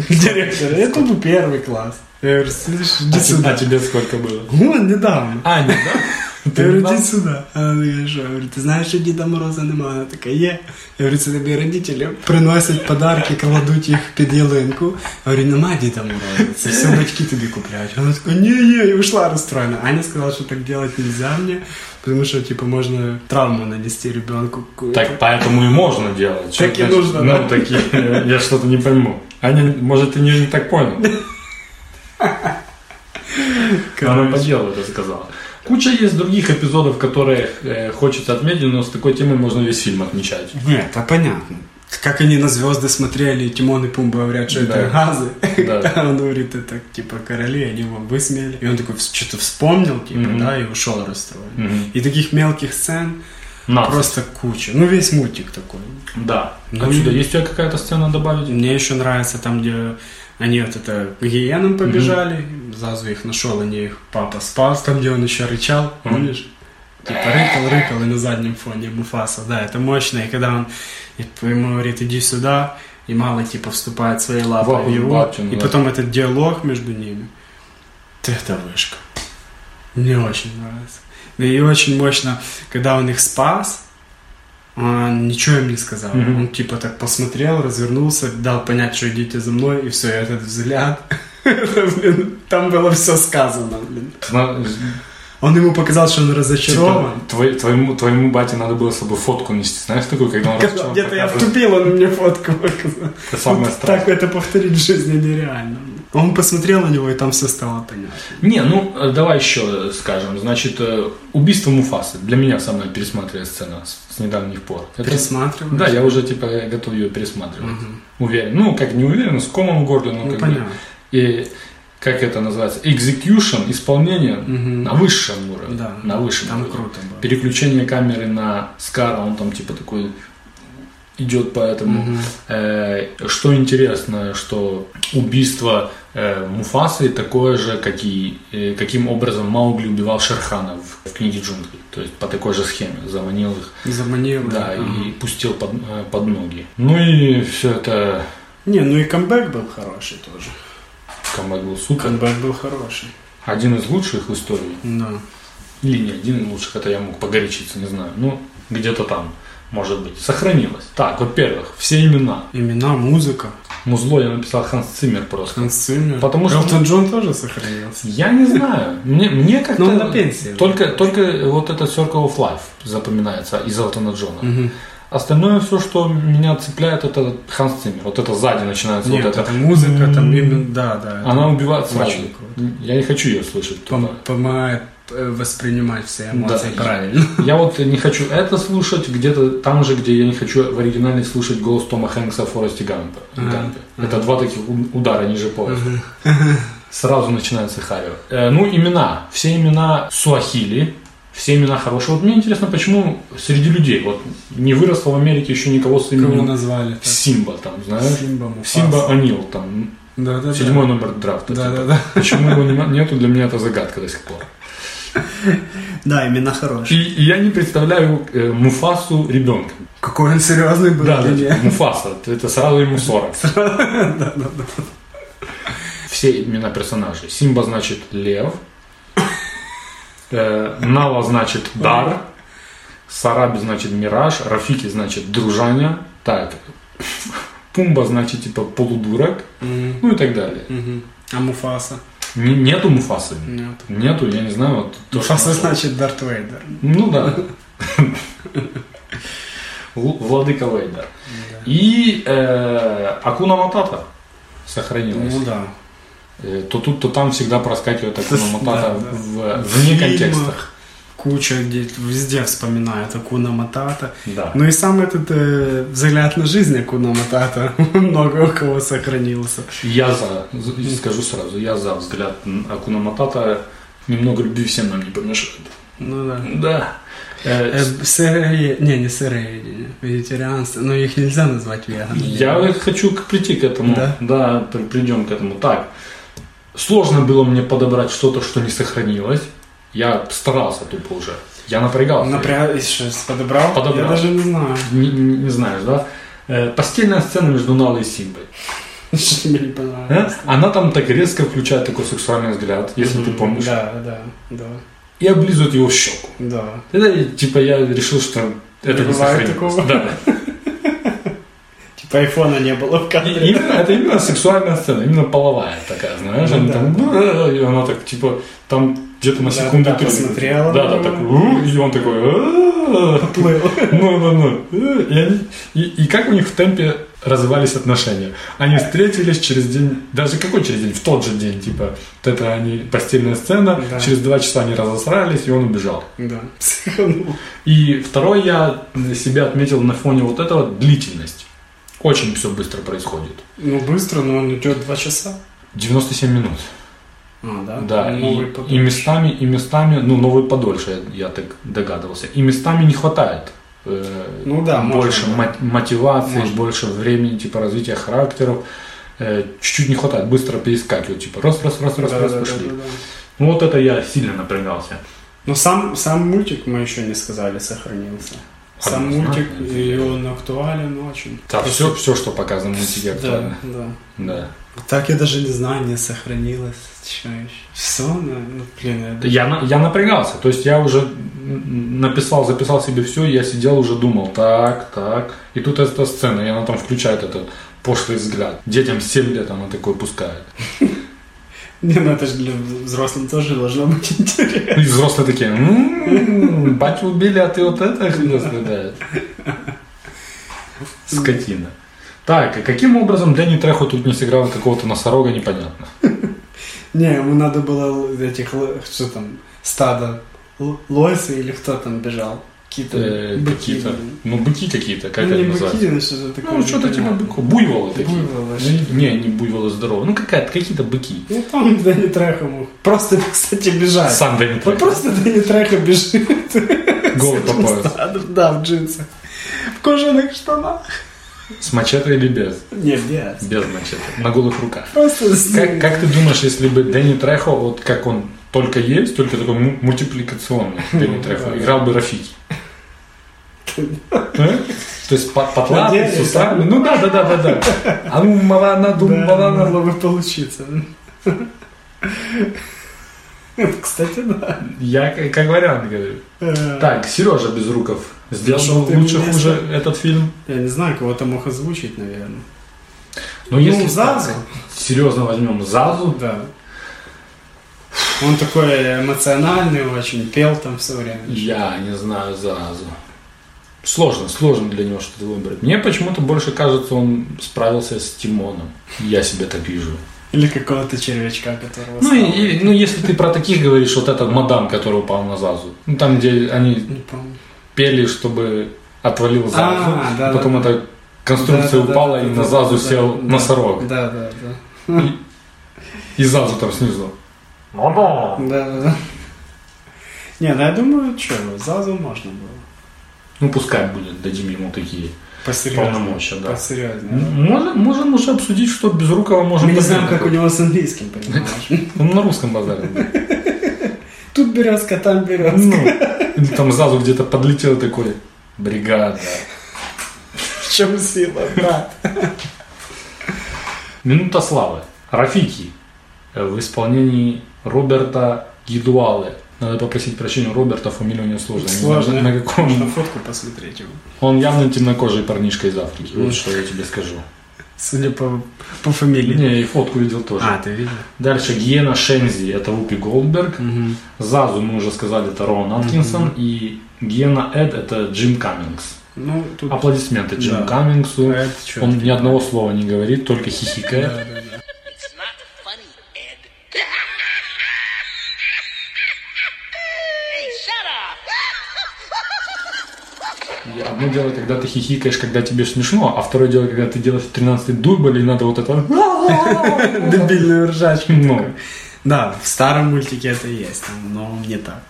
[SPEAKER 4] Директор, это был первый класс. Я говорю, слышишь,
[SPEAKER 3] А
[SPEAKER 4] иди
[SPEAKER 3] тебе- А
[SPEAKER 4] сюда.
[SPEAKER 3] тебе сколько было?
[SPEAKER 4] Вон, недавно.
[SPEAKER 3] А, нет, да?
[SPEAKER 4] Я говорю,
[SPEAKER 3] не
[SPEAKER 4] иди
[SPEAKER 3] знал?
[SPEAKER 4] сюда. Она такая, что? А, ну, Я говорю, ты знаешь, что Деда Мороза нема? Она такая, є. Я говорю, це тобі родителі приносять подарки, кладуть їх під ялинку. Я говорю, нема Діда Мороза, це все батьки тобі купляють. Вона така, ні, ні, і ушла розстроєна. Аня сказала, що так делать нельзя мне, потому що, типу, можна травму нанести ребенку.
[SPEAKER 3] Так поэтому и можно делать. Чё
[SPEAKER 4] Так и
[SPEAKER 3] значит,
[SPEAKER 4] нужно,
[SPEAKER 3] Ну,
[SPEAKER 4] да.
[SPEAKER 3] такие, я что-то не пойму. Аня, может, ты не так понял? Она по делу это сказала. Куча есть других эпизодов, которые э, хочется отметить, но с такой темой можно весь фильм отмечать.
[SPEAKER 4] Нет, а понятно. Как они на звезды смотрели, Тимон и Пумба говорят, что
[SPEAKER 3] Да.
[SPEAKER 4] это газы.
[SPEAKER 3] Да.
[SPEAKER 4] А он говорит, это типа короли, они его высмеяли. И он такой вс- что-то вспомнил, типа,
[SPEAKER 3] Мгм.
[SPEAKER 4] да, и ушел расстроен.
[SPEAKER 3] Мгм.
[SPEAKER 4] И таких мелких сцен
[SPEAKER 3] На.
[SPEAKER 4] просто куча. Ну, весь мультик такой.
[SPEAKER 3] Да.
[SPEAKER 4] Ну
[SPEAKER 3] Отсюда
[SPEAKER 4] и-
[SPEAKER 3] есть у тебя какая-то сцена добавить?
[SPEAKER 4] Мне еще нравится там, где Они вот это к гиенам побежали, Зазу их нашел, они их папа спас, там, где он еще рычал, помнишь? Типа рыкал, рыкал, и на заднем фоне Муфаса, да, это мощно, и когда он типа, ему говорит, иди сюда, и мало, типа, вступает своей лапой в
[SPEAKER 3] Во-
[SPEAKER 4] его,
[SPEAKER 3] лапчину,
[SPEAKER 4] и
[SPEAKER 3] да.
[SPEAKER 4] потом этот диалог между ними, ты это вышка. Мне очень нравится. Да и очень мощно, когда он их спас, он ничего им не сказал.
[SPEAKER 3] Мгм.
[SPEAKER 4] Он типа так посмотрел, развернулся, дал понять, что идите за мной, и все, этот взгляд. это, блин, там было все сказано, блин.
[SPEAKER 3] Зна-
[SPEAKER 4] Он ему показал, что он разочарован.
[SPEAKER 3] Типа, твой- твоему, твоему бате надо было с собой фотку нести, знаешь, такую, когда он
[SPEAKER 4] Когда
[SPEAKER 3] разочарован
[SPEAKER 4] Где-то я
[SPEAKER 3] показывает?
[SPEAKER 4] втупил, он мне фотку показал.
[SPEAKER 3] Это самое
[SPEAKER 4] Вот
[SPEAKER 3] страшное.
[SPEAKER 4] так это повторить в жизни нереально. Он посмотрел на него, и там все стало понятно.
[SPEAKER 3] Не, ну э, давай еще э, скажем. Значит, э, убийство Муфасы. Для меня самая пересматривая сцена с, с недавних пор. Это-
[SPEAKER 4] Пересматриваешь?
[SPEAKER 3] Да, я уже типа э, готов ее пересматривать. Уверен. Ну, как не уверен, с комом в горле, но
[SPEAKER 4] Ну,
[SPEAKER 3] как бы-
[SPEAKER 4] понятно.
[SPEAKER 3] И как это называется? Execution, исполнение на высшем уровне.
[SPEAKER 4] Да.
[SPEAKER 3] на высшем
[SPEAKER 4] Там
[SPEAKER 3] уровне.
[SPEAKER 4] круто было.
[SPEAKER 3] Переключение камеры на Скара, он там типа такой идет по этому. Э, что интересно, что убийство э, Муфасы такое же, как и, э, каким образом Маугли убивал Шерхана в, в книге джунглей. То есть по такой же схеме заманил их,
[SPEAKER 4] Заманил.
[SPEAKER 3] да,
[SPEAKER 4] Ага.
[SPEAKER 3] и пустил под, э, под ноги. Ну и все это
[SPEAKER 4] Не, ну и камбэк был хороший тоже.
[SPEAKER 3] камбэк был супер.
[SPEAKER 4] Камбэк был хороший.
[SPEAKER 3] Один из лучших в истории.
[SPEAKER 4] Да.
[SPEAKER 3] Или не один из лучших, это я мог погорячиться, не знаю. Ну, где-то там, может быть. Сохранилось. Так, во-первых, все имена.
[SPEAKER 4] Имена, музыка.
[SPEAKER 3] Музло я написал Ханс Циммер просто.
[SPEAKER 4] Ханс Циммер.
[SPEAKER 3] Потому что-
[SPEAKER 4] Элтон Джон тоже сохранился.
[SPEAKER 3] Я не знаю. Мне, мне как-то...
[SPEAKER 4] Но он Ну, на пенсии.
[SPEAKER 3] Только, только вот этот Circle of Life запоминается из Элтона Джона. Остальное все, что меня цепляет, это Ханс Циммер. Вот это сзади начинается
[SPEAKER 4] Нет,
[SPEAKER 3] вот это. М-м.
[SPEAKER 4] это музыка, там именно, да, да. это
[SPEAKER 3] Она убивает сразу.
[SPEAKER 4] очень круто.
[SPEAKER 3] Я не хочу ее слышать. Типа,
[SPEAKER 4] Пом- Помогает э, воспринимать все эмоции
[SPEAKER 3] Да.
[SPEAKER 4] правильно.
[SPEAKER 3] Я вот не хочу это слушать где-то там же, где я не хочу в оригинале слушать голос Тома Хэнкса в Форесте Гампа. Гампе. Это два таких у- удара ниже пояса. Сразу начинается харио. Э, Ну, имена. Все имена суахили, все имена хорошие. Вот мне интересно, почему среди людей, вот не выросло в Америке еще никого с
[SPEAKER 4] Кого
[SPEAKER 3] именем
[SPEAKER 4] назвали? так?
[SPEAKER 3] Симба, там, знаешь?
[SPEAKER 4] Симба Муфаса.
[SPEAKER 3] Симба Анил, там,
[SPEAKER 4] Да, да, да.
[SPEAKER 3] седьмой номер драфта.
[SPEAKER 4] Да,
[SPEAKER 3] типа.
[SPEAKER 4] да, да.
[SPEAKER 3] Почему его нема- нету, для меня это загадка до сих пор.
[SPEAKER 4] Да, имена
[SPEAKER 3] И,
[SPEAKER 4] хорошие.
[SPEAKER 3] и я не представляю э, Муфасу ребенком.
[SPEAKER 4] Какой он серьезный был.
[SPEAKER 3] Да, да,
[SPEAKER 4] или
[SPEAKER 3] типа,
[SPEAKER 4] нет?
[SPEAKER 3] Муфаса, т- это сразу ему 40. Все имена персонажей. Симба значит лев, Э, Нала значит дар, Сараби значит мираж, Рафики значит дружаня, так, Пумба значит типа полудурок, ну и так далее.
[SPEAKER 4] Мгм. А Муфаса?
[SPEAKER 3] Н- Нету Муфасы.
[SPEAKER 4] Нет.
[SPEAKER 3] Нету, я не знаю. Вот, то, что
[SPEAKER 4] Муфаса
[SPEAKER 3] нашел.
[SPEAKER 4] значит Дарт Вейдер.
[SPEAKER 3] Ну да. Л- Владыка Вейдер. И э, Акуна Матата сохранилась.
[SPEAKER 4] Ну да.
[SPEAKER 3] Э, То тут, то там всегда проскакивает Акуна
[SPEAKER 4] Да,
[SPEAKER 3] Матата
[SPEAKER 4] да. Ну,
[SPEAKER 3] в-
[SPEAKER 4] В
[SPEAKER 3] вне
[SPEAKER 4] фильмах.
[SPEAKER 3] контекста.
[SPEAKER 4] Куча где везде вспоминают Акуна Матата.
[SPEAKER 3] Да.
[SPEAKER 4] Ну и сам этот э, взгляд на жизнь Акуна Матата много у кого сохранился.
[SPEAKER 3] Я за, за- скажу сразу, я за взгляд м, Акуна Матата. Немного любви всем нам не помешает.
[SPEAKER 4] Ну да.
[SPEAKER 3] Да. Э,
[SPEAKER 4] Э, сыроед- Не, не сыроедение, вегетарианство, но их Ну, нельзя назвать веганами.
[SPEAKER 3] Я хочу к- прийти к этому.
[SPEAKER 4] Да?
[SPEAKER 3] придем к этому. Так, сложно было мне подобрать что-то, что не сохранилось. Я старался тупо уже. Я напрягался.
[SPEAKER 4] Напря... и что, подобрал?
[SPEAKER 3] Подобрал.
[SPEAKER 4] Я даже не знаю.
[SPEAKER 3] Не, не- не знаешь, да? Э, постельная сцена между Налой и Симбой.
[SPEAKER 4] Что мне не
[SPEAKER 3] Э?
[SPEAKER 4] понравилось.
[SPEAKER 3] Она там так резко включает такой сексуальный взгляд, если ты помнишь.
[SPEAKER 4] Да, да, да,
[SPEAKER 3] И облизывает его в щеку.
[SPEAKER 4] да.
[SPEAKER 3] Это, типа, я решил, что это не,
[SPEAKER 4] бывает
[SPEAKER 3] сохранилось.
[SPEAKER 4] такого.
[SPEAKER 3] Да.
[SPEAKER 4] Типа айфона не было в
[SPEAKER 3] И
[SPEAKER 4] кадре.
[SPEAKER 3] именно- это именно сексуальная сцена, именно половая такая, знаешь,
[SPEAKER 4] Ну
[SPEAKER 3] они
[SPEAKER 4] да.
[SPEAKER 3] там, «Бра», и она так, типа, там где-то на
[SPEAKER 4] Да,
[SPEAKER 3] секунду
[SPEAKER 4] да,
[SPEAKER 3] три-
[SPEAKER 4] посмотрела
[SPEAKER 3] Да,
[SPEAKER 4] на
[SPEAKER 3] да,
[SPEAKER 4] него.
[SPEAKER 3] так, «У», и он такой, «А-а-а».
[SPEAKER 4] Плыл.
[SPEAKER 3] ну, ну, ну, «Э», и, они- и- и как у них в темпе развивались отношения. Они встретились через день, даже какой через день, в тот же день, типа, вот это они, постельная сцена,
[SPEAKER 4] Да.
[SPEAKER 3] через два часа они разосрались, и он убежал.
[SPEAKER 4] Да, психанул.
[SPEAKER 3] И второй я для себя отметил на фоне вот этого длительность. Очень все быстро происходит.
[SPEAKER 4] Ну, быстро, но он идет два часа.
[SPEAKER 3] 97 минут.
[SPEAKER 4] А, да?
[SPEAKER 3] Да, и,
[SPEAKER 4] Новый
[SPEAKER 3] и
[SPEAKER 4] поток.
[SPEAKER 3] местами, и местами, ну, новый подольше, я, я так догадывался. И местами не хватает. э,
[SPEAKER 4] Ну да,
[SPEAKER 3] больше
[SPEAKER 4] можно, да.
[SPEAKER 3] мо- мотивации,
[SPEAKER 4] Можно.
[SPEAKER 3] больше времени, типа развития характеров. э, чуть-чуть не хватает, быстро перескакивают, типа раз, раз, раз, раз, раз, пошли.
[SPEAKER 4] Да-да-да-да-да.
[SPEAKER 3] Ну, Вот это я сильно напрягался.
[SPEAKER 4] Но сам, сам мультик, мы еще не сказали, сохранился.
[SPEAKER 3] А
[SPEAKER 4] Сам
[SPEAKER 3] Однозначно,
[SPEAKER 4] мультик,
[SPEAKER 3] это
[SPEAKER 4] и
[SPEAKER 3] верно.
[SPEAKER 4] он актуален очень.
[SPEAKER 3] Да,
[SPEAKER 4] Просто-
[SPEAKER 3] все, все, что показано в мультике
[SPEAKER 4] Да,
[SPEAKER 3] актуально.
[SPEAKER 4] да.
[SPEAKER 3] Да.
[SPEAKER 4] Так я даже не знаю, не сохранилось. Чё еще? Все, ну, ну, блин, я даже-
[SPEAKER 3] Я, на- я напрягался, то есть я уже м, написал, записал себе все, я сидел уже думал, так, так. И тут эта сцена, и она там включает этот пошлый взгляд. Детям 7 лет она такой пускает.
[SPEAKER 4] Не, ну это же для взрослых тоже должно быть интересно.
[SPEAKER 3] И взрослые такие, «М, батю убили, а ты вот это хрен страдаешь. Скотина. Так, и каким образом Дэнни Трехо тут не сыграл какого-то носорога, непонятно.
[SPEAKER 4] Не, ему надо было л- этих, л- что там, стадо л- лоси или кто там бежал? Какие-то
[SPEAKER 3] Э,
[SPEAKER 4] быки.
[SPEAKER 3] Какие-то,
[SPEAKER 4] блин.
[SPEAKER 3] ну, быки какие-то, как
[SPEAKER 4] Ну,
[SPEAKER 3] они
[SPEAKER 4] не быки,
[SPEAKER 3] называются?
[SPEAKER 4] но что-то такое.
[SPEAKER 3] Ну, что-то типа
[SPEAKER 4] непонятное.
[SPEAKER 3] быков, буйволы такие.
[SPEAKER 4] Буйволы,
[SPEAKER 3] Ну, Не, не буйволы здоровые, ну какая-то, какие-то быки.
[SPEAKER 4] Ну, там Дэнни Трехо мог просто, кстати, бежать.
[SPEAKER 3] Сам Дэнни
[SPEAKER 4] Он
[SPEAKER 3] Трехо,
[SPEAKER 4] просто Дэнни Трехо бежит.
[SPEAKER 3] голый по пояс.
[SPEAKER 4] Да, в джинсах. В кожаных штанах.
[SPEAKER 3] С мачете или без?
[SPEAKER 4] Нет, нет.
[SPEAKER 3] Без мачете, на голых руках.
[SPEAKER 4] Просто с-
[SPEAKER 3] Как, как ты думаешь, если бы Дэнни Трехо, вот как он только есть, только такой му- мультипликационный Дэнни Трехо, играл бы Рафики? А? То есть под, под лапы,
[SPEAKER 4] Надеюсь,
[SPEAKER 3] с усами. Ну да, да, да, да, да. А ну малана, дум,
[SPEAKER 4] Да,
[SPEAKER 3] малана.
[SPEAKER 4] могло бы получиться. Кстати, да.
[SPEAKER 3] Я к- как вариант говорю.
[SPEAKER 4] Э,
[SPEAKER 3] Так, Сережа Безруков. Сделал
[SPEAKER 4] Нашел
[SPEAKER 3] бы
[SPEAKER 4] ты
[SPEAKER 3] лучше
[SPEAKER 4] место.
[SPEAKER 3] хуже этот фильм.
[SPEAKER 4] Я не знаю, кого-то мог озвучить, наверное.
[SPEAKER 3] Но Ну, если так,
[SPEAKER 4] Ну, Зазу.
[SPEAKER 3] серьезно возьмем Зазу,
[SPEAKER 4] Да. Он такой эмоциональный очень, пел там все время.
[SPEAKER 3] я не знаю Зазу. Сложно, сложно для него что-то выбрать. Мне почему-то больше кажется, он справился с Тимоном. Я себе так вижу.
[SPEAKER 4] Или какого-то червячка, которого
[SPEAKER 3] Ну, и,
[SPEAKER 4] стало.
[SPEAKER 3] и- ну, если ты про таких говоришь, вот этот мадам, который упал на Зазу. Ну, там, где они
[SPEAKER 4] Не помню.
[SPEAKER 3] пели, чтобы отвалил Зазу.
[SPEAKER 4] А, да,
[SPEAKER 3] и потом
[SPEAKER 4] да,
[SPEAKER 3] эта конструкция
[SPEAKER 4] Да-да-да,
[SPEAKER 3] упала, и
[SPEAKER 4] да,
[SPEAKER 3] на
[SPEAKER 4] да,
[SPEAKER 3] Зазу
[SPEAKER 4] да,
[SPEAKER 3] сел
[SPEAKER 4] да,
[SPEAKER 3] носорог.
[SPEAKER 4] Да, да, да.
[SPEAKER 3] И Зазу там снизу.
[SPEAKER 4] Да, да, да. Не, ну я думаю, что, Зазу можно было.
[SPEAKER 3] Ну, пускай будет, дадим ему такие.
[SPEAKER 4] Посерьезнее.
[SPEAKER 3] Полномочия, да.
[SPEAKER 4] Посерьезнее.
[SPEAKER 3] М, Можем, можем уже обсудить, что без рукава можно...
[SPEAKER 4] Ну, Мы не знаем, как у него с английским, понимаешь?
[SPEAKER 3] Он на русском базаре.
[SPEAKER 4] Тут березка, там березка.
[SPEAKER 3] Ну, или там Зазу где-то подлетел и такой. Бригада.
[SPEAKER 4] В чем сила, брат?
[SPEAKER 3] Минута славы. Рафики э, в исполнении Роберта Гидуалы. Надо попросить прощения у Роберта, фамилия у него сложная. Не знаю,
[SPEAKER 4] Сложно.
[SPEAKER 3] На каком...
[SPEAKER 4] Можно фотку посмотреть его.
[SPEAKER 3] Он явно темнокожий парнишка из Африки. Вот что я тебе скажу.
[SPEAKER 4] Судя по, по фамилии. А,
[SPEAKER 3] Не, и фотку видел тоже.
[SPEAKER 4] ты видел?
[SPEAKER 3] Дальше Гиена Шензи, это Вупи Голдберг. Зазу, мы уже сказали, это Роан Аткинсон. И Гиена Эд, это Джим Каммингс.
[SPEAKER 4] Ну, тут...
[SPEAKER 3] Аплодисменты Джиму
[SPEAKER 4] Да.
[SPEAKER 3] Каммингсу.
[SPEAKER 4] А это чё?
[SPEAKER 3] Он ни одного слова не говорит, только хихикает.
[SPEAKER 5] It's not funny, Ed. hey, shut up!
[SPEAKER 3] И Одно дело, когда ты хихикаешь, когда тебе смешно, а второе дело, когда ты делаешь 13 дубль, и надо вот это...
[SPEAKER 4] Ну, Дебильную ржачку.
[SPEAKER 3] Ну.
[SPEAKER 4] такую. Да, в старом мультике это есть, там, но не так.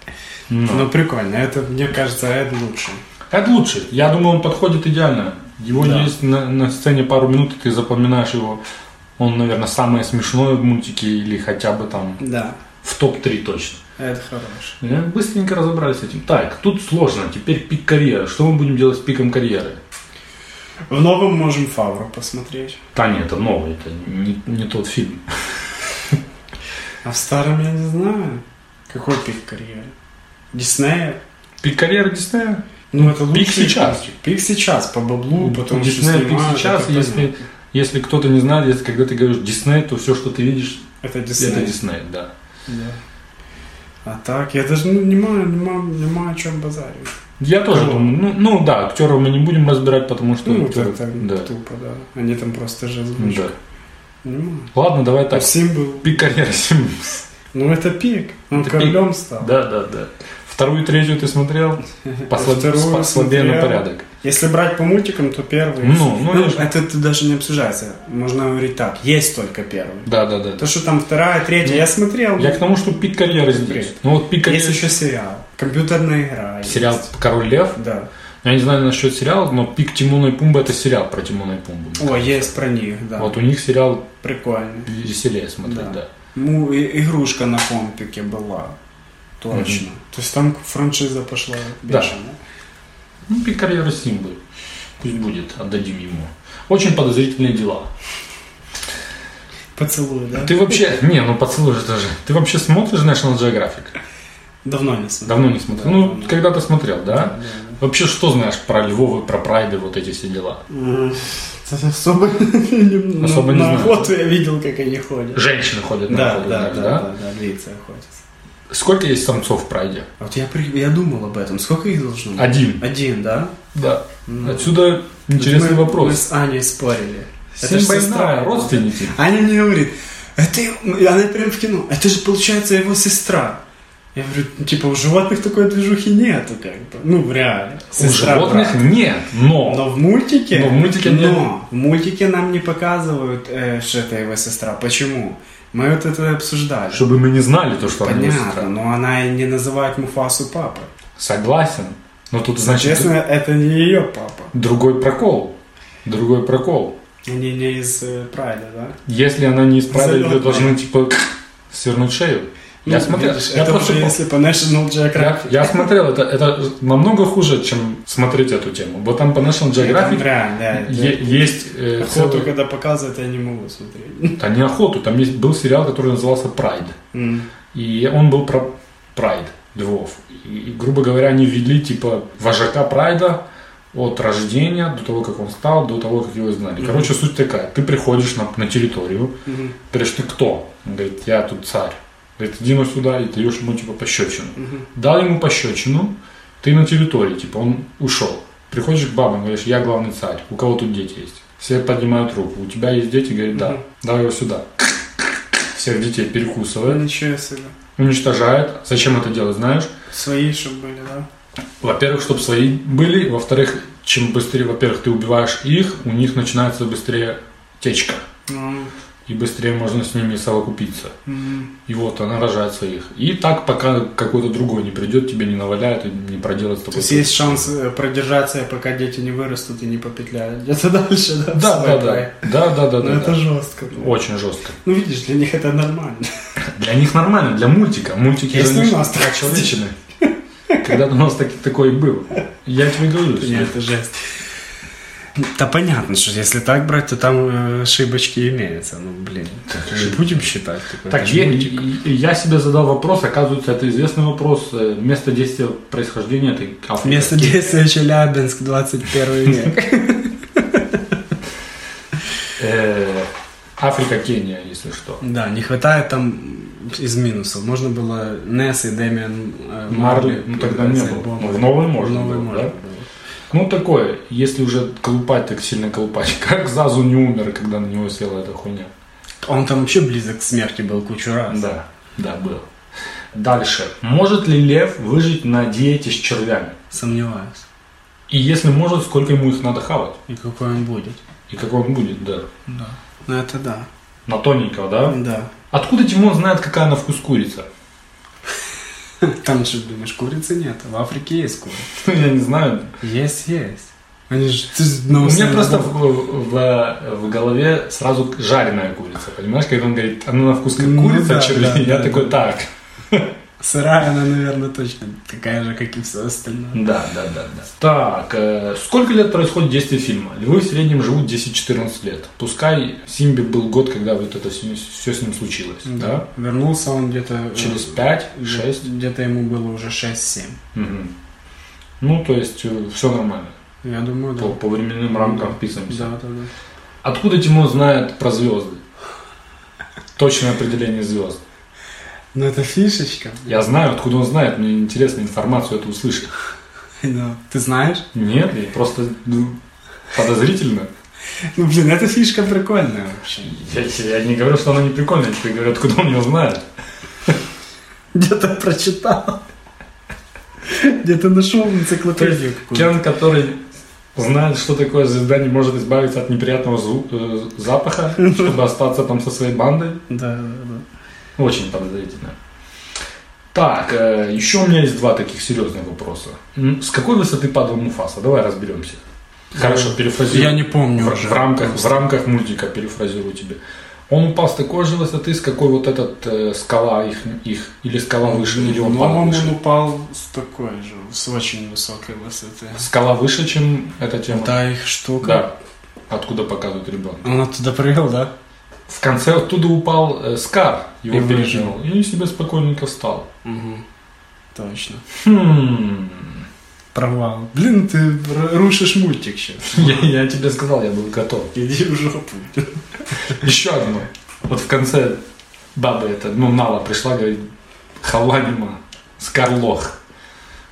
[SPEAKER 4] Но прикольно, это, мне кажется, это лучше.
[SPEAKER 3] Это лучше. Я думаю, он подходит идеально. Его
[SPEAKER 4] Да.
[SPEAKER 3] есть на, на сцене пару минут, и ты запоминаешь его. Он, наверное, самое смешное в мультике или хотя бы там
[SPEAKER 4] Да,
[SPEAKER 3] в топ-3 точно.
[SPEAKER 4] это хорошо.
[SPEAKER 3] Э, Быстренько разобрались с этим. Так, тут сложно. Теперь пик карьеры. Что мы будем делать с пиком карьеры?
[SPEAKER 4] В новом можем Фавру посмотреть.
[SPEAKER 3] Та нет, это новый, это не, не тот фильм.
[SPEAKER 4] А в старом я не знаю. Какой пик карьеры? Диснея?
[SPEAKER 3] Пик карьеры Диснея?
[SPEAKER 4] Ну, это лучший
[SPEAKER 3] Пик сейчас. Ну,
[SPEAKER 4] мультик. Пик сейчас, по баблу, Ну, потому что
[SPEAKER 3] Дисней пик
[SPEAKER 4] снимают, а
[SPEAKER 3] сейчас,
[SPEAKER 4] это
[SPEAKER 3] если,
[SPEAKER 4] понятно.
[SPEAKER 3] если кто-то не знает, если когда ты говоришь Дисней, то все, что ты видишь,
[SPEAKER 4] Это
[SPEAKER 3] это
[SPEAKER 4] Дисней.
[SPEAKER 3] Дисней, да.
[SPEAKER 4] Да. А так, я даже ну, не маю, не маю, не маю о чем базарить.
[SPEAKER 3] Я тоже
[SPEAKER 4] Кого?
[SPEAKER 3] думаю, ну, ну да, актеров мы не будем разбирать, потому что
[SPEAKER 4] Ну, вот
[SPEAKER 3] актеры-
[SPEAKER 4] это
[SPEAKER 3] да.
[SPEAKER 4] тупо, да. Они там просто же
[SPEAKER 3] Да.
[SPEAKER 4] озвучка. Понимаю.
[SPEAKER 3] Ладно, давай так.
[SPEAKER 4] Всем был.
[SPEAKER 3] Пик карьеры Симс.
[SPEAKER 4] Ну, это пик. Он
[SPEAKER 3] Это пик.
[SPEAKER 4] королем стал.
[SPEAKER 3] Да, да, да. Вторую и третью ты смотрел? Послаб-
[SPEAKER 4] Вторую
[SPEAKER 3] спа- Слабее на
[SPEAKER 4] смотрел.
[SPEAKER 3] порядок.
[SPEAKER 4] Если брать по мультикам, то первый.
[SPEAKER 3] Ну, ну, конечно.
[SPEAKER 4] это, это даже не обсуждается. Можно говорить так. Есть только первый.
[SPEAKER 3] Да, да, да.
[SPEAKER 4] То, что там вторая, третья, я смотрел.
[SPEAKER 3] Я к тому, что пик карьеры здесь.
[SPEAKER 4] Бред.
[SPEAKER 3] Ну вот пик карьеры...
[SPEAKER 4] Есть еще сериал. Компьютерная игра.
[SPEAKER 3] Сериал
[SPEAKER 4] есть.
[SPEAKER 3] «Король лев».
[SPEAKER 4] Да.
[SPEAKER 3] Я не знаю насчет сериалов, но «Пик Тимона и Пумба» — это сериал про Тимона и Пумбу.
[SPEAKER 4] О, есть про них, да.
[SPEAKER 3] Вот у них сериал
[SPEAKER 4] Прикольно.
[SPEAKER 3] веселее смотреть, да.
[SPEAKER 4] Ну, и, игрушка на компике была. Точно. То есть там франшиза пошла
[SPEAKER 3] Да.
[SPEAKER 4] бешеная.
[SPEAKER 3] Ну, пик карьеры Симбы. Пусть будет, отдадим ему. Очень подозрительные дела.
[SPEAKER 4] Поцелуй, да?
[SPEAKER 3] Ты вообще... Не, ну поцелуй же даже. Ты вообще смотришь National Geographic?
[SPEAKER 4] Давно не смотрел.
[SPEAKER 3] Давно не смотрел. Ну, когда-то смотрел, да? Вообще, что знаешь про Львовы, про Прайды, вот эти все дела?
[SPEAKER 4] Это Особо, не-
[SPEAKER 3] Особо не
[SPEAKER 4] на
[SPEAKER 3] знаю.
[SPEAKER 4] охоту я видел, как они ходят.
[SPEAKER 3] Женщины ходят на
[SPEAKER 4] Да,
[SPEAKER 3] охоту,
[SPEAKER 4] да, да,
[SPEAKER 3] знаешь,
[SPEAKER 4] да, да, львицы охотятся.
[SPEAKER 3] Сколько есть самцов в Прайде?
[SPEAKER 4] А Вот я, при- я думал об этом. Сколько их должно быть?
[SPEAKER 3] Один.
[SPEAKER 4] Один, да?
[SPEAKER 3] Да. Отсюда интересный
[SPEAKER 4] ну, Мы- Мы
[SPEAKER 3] вопрос.
[SPEAKER 4] с Аней спорили. ж
[SPEAKER 3] Симба и
[SPEAKER 4] сестра.
[SPEAKER 3] Нара родственники.
[SPEAKER 4] Аня мне говорит, это его- и она прям в кино, это же получается его сестра. Я говорю, «Ну, типа у животных такой движухи нету, как бы. Ну, реально.
[SPEAKER 3] У
[SPEAKER 4] Сестра,
[SPEAKER 3] животных
[SPEAKER 4] брат.
[SPEAKER 3] нет, но...
[SPEAKER 4] Но в мультике...
[SPEAKER 3] Но в мультике
[SPEAKER 4] но
[SPEAKER 3] нет.
[SPEAKER 4] в мультике нам не показывают, э, что это его сестра. Почему? Мы вот это обсуждали.
[SPEAKER 3] Чтобы мы не знали то, что она
[SPEAKER 4] Понятно,
[SPEAKER 3] сестра.
[SPEAKER 4] но она и не называет Муфасу папой.
[SPEAKER 3] Согласен. Но тут, значит,
[SPEAKER 4] Ну, Честно, это не ее папа.
[SPEAKER 3] другой прокол. Другой прокол.
[SPEAKER 4] Они не из э, Прайда, да?
[SPEAKER 3] Если она не исправит, ее
[SPEAKER 4] Залётная.
[SPEAKER 3] должны типа свернуть шею. Я
[SPEAKER 4] Ну,
[SPEAKER 3] смотрел,
[SPEAKER 4] видишь,
[SPEAKER 3] я
[SPEAKER 4] это
[SPEAKER 3] просто
[SPEAKER 4] уже
[SPEAKER 3] по-
[SPEAKER 4] если по National
[SPEAKER 3] я,
[SPEAKER 4] Geographic.
[SPEAKER 3] я смотрел, это, это намного хуже, чем смотреть эту тему. Вот там по National
[SPEAKER 4] Там
[SPEAKER 3] Geographic
[SPEAKER 4] реально, да, это-
[SPEAKER 3] е- есть э,
[SPEAKER 4] Охоту,
[SPEAKER 3] целый-
[SPEAKER 4] когда показывают, я не могу смотреть.
[SPEAKER 3] Да не охоту, там есть, был сериал, который назывался Прайд. И он был про Прайд львов. И, и, грубо говоря, они ввели типа вожака Прайда от рождения до того, как он стал, до того, как его знали. Короче, суть такая. Ты приходишь на, на территорию, говоришь, ты кто? Он говорит, я тут царь. Говорит, иди ну сюда и даешь ему типа пощечину. Дал ему пощечину, ты на территории, типа он ушел. Приходишь к бабам, говоришь, я главный царь, у кого тут дети есть? Все поднимают руку, у тебя есть дети? Говорит, да, давай его сюда. Всех детей перекусывает
[SPEAKER 4] Ничего себе.
[SPEAKER 3] уничтожает. Зачем это делать, знаешь?
[SPEAKER 4] Свои еще были, да?
[SPEAKER 3] Во-первых, чтобы свои были. Во-вторых, чем быстрее, во-первых, ты убиваешь их, у них начинается быстрее течка.
[SPEAKER 4] Ну,
[SPEAKER 3] И быстрее можно с ними совокупиться. И вот она рожает своих. И так, пока какой-то другой не придет, тебе не наваляет и не проделает с тобой.
[SPEAKER 4] То есть есть шанс э, продержаться, пока дети не вырастут и не попетляют. Это дальше, да? в
[SPEAKER 3] Да,
[SPEAKER 4] свой
[SPEAKER 3] да, да.
[SPEAKER 4] край.
[SPEAKER 3] Да, да, да,
[SPEAKER 4] Ну
[SPEAKER 3] да.
[SPEAKER 4] это
[SPEAKER 3] да.
[SPEAKER 4] жестко.
[SPEAKER 3] Очень жестко.
[SPEAKER 4] Ну видишь, для них это нормально.
[SPEAKER 3] Для них нормально, для мультика. Мультики
[SPEAKER 4] Если
[SPEAKER 3] же не
[SPEAKER 4] у нас так.
[SPEAKER 3] человечины. Когда-то у нас таки- такое и было. Я тебе говорю, что
[SPEAKER 4] Нет, это жесть. Да понятно, что если так брать, то там э, ошибочки имеются. Ну, блин, не будем считать. такое.
[SPEAKER 3] Так,
[SPEAKER 4] Это же
[SPEAKER 3] я,
[SPEAKER 4] мультик.
[SPEAKER 3] и- и я себе задал вопрос, оказывается, это известный вопрос. э, Место действия происхождения этой Африки.
[SPEAKER 4] Место действия Челябинск, 21 век.
[SPEAKER 3] Э, Африка, Кения, если что.
[SPEAKER 4] Да, не хватает там из минусов. Можно было Несс и Дэмиан э,
[SPEAKER 3] Марли, ну тогда не
[SPEAKER 4] с
[SPEAKER 3] было.
[SPEAKER 4] альбома.
[SPEAKER 3] Ну, в новый можно
[SPEAKER 4] В новый
[SPEAKER 3] было,
[SPEAKER 4] можно
[SPEAKER 3] да?
[SPEAKER 4] было.
[SPEAKER 3] Ну, такое, если уже колупать, так сильно колупать. Как Зазу не умер, когда на него села эта хуйня?
[SPEAKER 4] Он там вообще близок к смерти был кучу раз.
[SPEAKER 3] Да, да, был. Дальше. Может ли лев выжить на диете с червями?
[SPEAKER 4] Сомневаюсь.
[SPEAKER 3] И если может, сколько ему их надо хавать?
[SPEAKER 4] И какой он будет.
[SPEAKER 3] И как он будет, да.
[SPEAKER 4] Ну это да.
[SPEAKER 3] На тоненького, да?
[SPEAKER 4] Да.
[SPEAKER 3] Откуда Тимон знает, какая на вкус курица?
[SPEAKER 4] Там что, думаешь, курицы нет? В Африке есть курица.
[SPEAKER 3] Я не знаю.
[SPEAKER 4] Есть, есть. Они же... ты же
[SPEAKER 3] У
[SPEAKER 4] на
[SPEAKER 3] меня
[SPEAKER 4] самом-
[SPEAKER 3] просто в, в- в- в голове сразу жареная курица, понимаешь? Когда он говорит, она на вкус как
[SPEAKER 4] Ну
[SPEAKER 3] курица,
[SPEAKER 4] да,
[SPEAKER 3] черви,
[SPEAKER 4] да,
[SPEAKER 3] я
[SPEAKER 4] да,
[SPEAKER 3] такой, так.
[SPEAKER 4] Сырая она, наверное, точно такая же, как и все остальное.
[SPEAKER 3] Да, да, да, да. Так, э, сколько лет происходит действие фильма? Львы в среднем живут 10-14 лет. Пускай Симби был год, когда вот это все, с ним случилось, да?
[SPEAKER 4] Вернулся он где-то... э,
[SPEAKER 3] Через 5-6.
[SPEAKER 4] Где-то ему было уже 6-7.
[SPEAKER 3] Ну, то есть, все нормально.
[SPEAKER 4] Я думаю, да.
[SPEAKER 3] По, по временным рамкам вписываемся.
[SPEAKER 4] Да, да, да.
[SPEAKER 3] Откуда Тимон знает про звезды? Точное определение звезд.
[SPEAKER 4] Ну это фишечка.
[SPEAKER 3] Я знаю, откуда он знает, мне интересно информацию эту услышать.
[SPEAKER 4] Ну, ты знаешь?
[SPEAKER 3] Нет, я просто ну, подозрительно.
[SPEAKER 4] Ну, блин, эта фишка прикольная вообще.
[SPEAKER 3] Я, я не говорю, что она не прикольная, я тебе говорю, откуда он ее знает.
[SPEAKER 4] Где-то прочитал. Где-то нашел энциклопедию какую-то.
[SPEAKER 3] Кен, который знает, что такое звезда, не может избавиться от неприятного зву- э, запаха, чтобы остаться там со своей бандой.
[SPEAKER 4] Да, да, да.
[SPEAKER 3] Очень подозрительно. Так, э, еще у меня есть два таких серьезных вопроса. М, С какой высоты падал Муфаса? Давай разберемся. Хорошо, перефразирую.
[SPEAKER 4] я не помню
[SPEAKER 3] В,
[SPEAKER 4] уже.
[SPEAKER 3] в рамках, в рамках мультика перефразирую тебе. Он упал с такой же высоты, с какой вот этот э, скала их, их, или скала
[SPEAKER 4] Ну,
[SPEAKER 3] выше, или он падал
[SPEAKER 4] По-моему,
[SPEAKER 3] выше.
[SPEAKER 4] он упал с такой же, с очень высокой высоты.
[SPEAKER 3] Скала выше, чем эта тема?
[SPEAKER 4] Та их штука.
[SPEAKER 3] Да. Откуда показывают ребенка.
[SPEAKER 4] Он оттуда прыгал, да?
[SPEAKER 3] В конце оттуда упал э, Скар, его
[SPEAKER 4] И
[SPEAKER 3] перевернул, и себе спокойненько встал.
[SPEAKER 4] Точно.
[SPEAKER 3] Хм.
[SPEAKER 4] Провал. Блин, ты р- рушишь мультик сейчас.
[SPEAKER 3] Я, я тебе сказал, я был готов.
[SPEAKER 4] Иди в жопу.
[SPEAKER 3] Еще одно. Вот в конце баба эта, ну, Нала пришла, говорит, халанима, скарлох.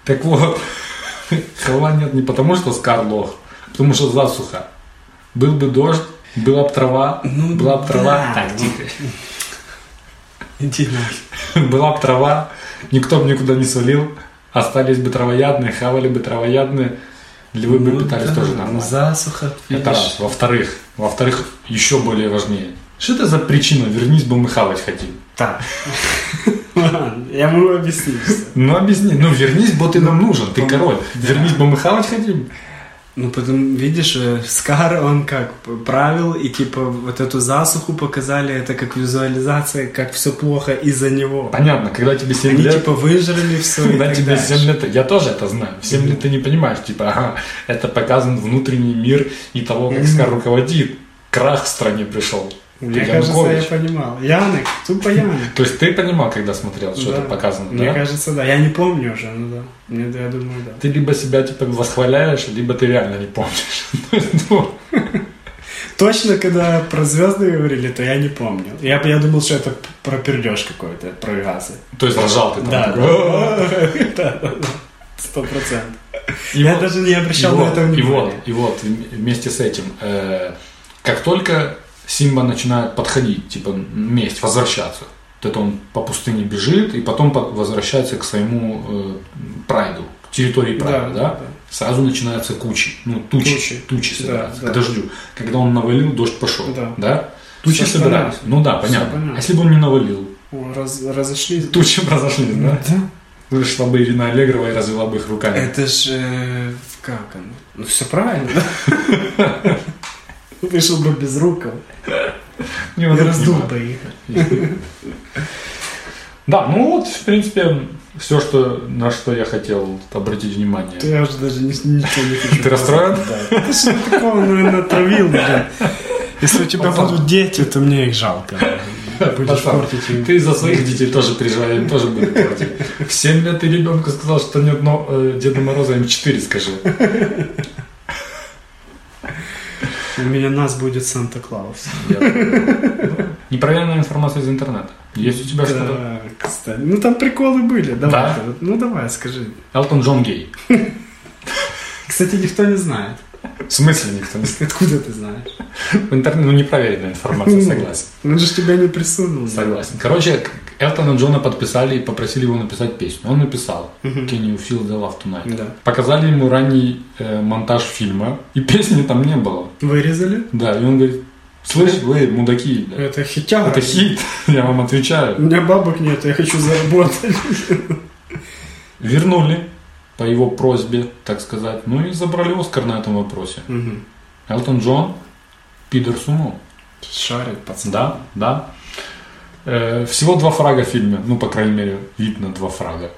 [SPEAKER 3] Так вот, хала нет не потому, что скарлох, а потому что засуха. Был бы дождь, была бы трава,
[SPEAKER 4] Ну
[SPEAKER 3] была бы трава,
[SPEAKER 4] да.
[SPEAKER 3] так, тихо.
[SPEAKER 4] Иди нахер.
[SPEAKER 3] была бы трава, никто бы никуда не свалил, остались бы травоядные, хавали бы травоядные, львы бы
[SPEAKER 4] Ну
[SPEAKER 3] питались
[SPEAKER 4] да,
[SPEAKER 3] тоже нормально.
[SPEAKER 4] Засуха.
[SPEAKER 3] Это
[SPEAKER 4] видишь.
[SPEAKER 3] раз. Во-вторых, во-вторых, еще более важнее. Что это за причина? Вернись бы мы хавать хотим.
[SPEAKER 4] Так. Ладно, Я могу объяснить всё.
[SPEAKER 3] Ну объясни, ну вернись, бо ты нам нужен, ты король. Вернись бы мы хавать хотим.
[SPEAKER 4] Ну, потом, видишь, э, Скар, он как п- правил, и типа вот эту засуху показали, это как визуализация, как все плохо из-за него.
[SPEAKER 3] Понятно, когда тебе 7
[SPEAKER 4] Они
[SPEAKER 3] лет,
[SPEAKER 4] типа выжрали все и
[SPEAKER 3] когда
[SPEAKER 4] так
[SPEAKER 3] тебе
[SPEAKER 4] дальше.
[SPEAKER 3] 7 лет, я тоже это знаю. В 7 лет ты не понимаешь, типа, ага, это показан внутренний мир и того, как Скар руководит. Крах в стране пришел.
[SPEAKER 4] Мне
[SPEAKER 3] Ты
[SPEAKER 4] кажется,
[SPEAKER 3] Янукович.
[SPEAKER 4] я понимал. Янок, тупо Янок.
[SPEAKER 3] То есть ты понимал, когда смотрел, что
[SPEAKER 4] Да.
[SPEAKER 3] это показано,
[SPEAKER 4] Мне
[SPEAKER 3] да?
[SPEAKER 4] кажется, да. Я не помню уже, ну да. Мне, я думаю, да.
[SPEAKER 3] Ты либо себя типа восхваляешь, либо ты реально не помнишь. Ну,
[SPEAKER 4] Точно, когда про звезды говорили, то я не помню. Я, я думал, что это п- про пердеж какой-то, про газы.
[SPEAKER 3] То есть ржал ты там.
[SPEAKER 4] Да,
[SPEAKER 3] такой,
[SPEAKER 4] да. Да, да, да. Сто процентов.
[SPEAKER 3] И
[SPEAKER 4] Я
[SPEAKER 3] вот-
[SPEAKER 4] даже не обращал
[SPEAKER 3] и
[SPEAKER 4] на
[SPEAKER 3] вот-
[SPEAKER 4] это внимания.
[SPEAKER 3] И вот, и вот вм- вместе с этим, э, как только Симба начинает подходить, типа месть, возвращаться, вот это он по пустыне бежит и потом по- возвращается к своему э, прайду, к территории прайда, да?
[SPEAKER 4] Да, да.
[SPEAKER 3] Сразу начинаются кучи, ну тучи, тучи,
[SPEAKER 4] Тучи. Да,
[SPEAKER 3] собираются
[SPEAKER 4] да.
[SPEAKER 3] к дождю. Когда он навалил, дождь пошел, да?
[SPEAKER 4] Да.
[SPEAKER 3] Тучи
[SPEAKER 4] Всё
[SPEAKER 3] собирались. Ну да, понятно.
[SPEAKER 4] понятно.
[SPEAKER 3] А если бы он не навалил,
[SPEAKER 4] О, раз- разошлись.
[SPEAKER 3] тучи бы разошлись, да? Вышла бы Ирина Аллегрова и развела бы их руками.
[SPEAKER 4] Это ж... э, как оно? Ну, все правильно, да? Вышел бы без руков.
[SPEAKER 3] Не,
[SPEAKER 4] И
[SPEAKER 3] вот это
[SPEAKER 4] раздул
[SPEAKER 3] не
[SPEAKER 4] бы их.
[SPEAKER 3] Да, ну вот, в принципе, все, что, на что я хотел обратить внимание.
[SPEAKER 4] Я уже даже ни- ничего не хочу.
[SPEAKER 3] Ты расстроен?
[SPEAKER 4] Да. Ты что такого, ну, натравил, блин. Если у тебя
[SPEAKER 3] Пацан.
[SPEAKER 4] будут дети, то мне их жалко. Будешь
[SPEAKER 3] Пацан,
[SPEAKER 4] портить им.
[SPEAKER 3] Ты за своих детей тоже переживай, им тоже будет против. В 7 лет ты ребенку сказал, что нет но, э, Деда Мороза, им 4 скажи.
[SPEAKER 4] У меня нас будет Санта-Клаус.
[SPEAKER 3] Я- Ну, Непроверенная информация из интернета. Есть у тебя что-то?
[SPEAKER 4] Да, кстати. Ну там приколы были.
[SPEAKER 3] Да?
[SPEAKER 4] Давай. ты вот- Ну давай, скажи.
[SPEAKER 3] Элтон Джон гей.
[SPEAKER 4] Кстати, никто не знает.
[SPEAKER 3] В смысле никто не знает?
[SPEAKER 4] Откуда ты знаешь?
[SPEAKER 3] В интернете, ну, непроверенная информация,
[SPEAKER 4] Ну,
[SPEAKER 3] согласен.
[SPEAKER 4] Он же тебя не присунул.
[SPEAKER 3] Согласен. Короче, к- Элтона Джона подписали и попросили его написать песню. Он написал Can you feel the love tonight?
[SPEAKER 4] Да.
[SPEAKER 3] Показали ему ранний э, монтаж фильма, и песни там не было.
[SPEAKER 4] Вырезали?
[SPEAKER 3] Да, и он говорит, слышь, вы, мудаки, бля,
[SPEAKER 4] Это хитяра.
[SPEAKER 3] это хит, я вам
[SPEAKER 4] У
[SPEAKER 3] отвечаю.
[SPEAKER 4] меня бабок нет, я хочу заработать.
[SPEAKER 3] Вернули по его просьбе, так сказать. Ну и забрали Оскар на этом вопросе. Элтон Джон, пидор сунул.
[SPEAKER 4] Шарит, пацан.
[SPEAKER 3] Да, да. Э, Всего два фрага в фильме, ну, по крайней мере, видно два фрага.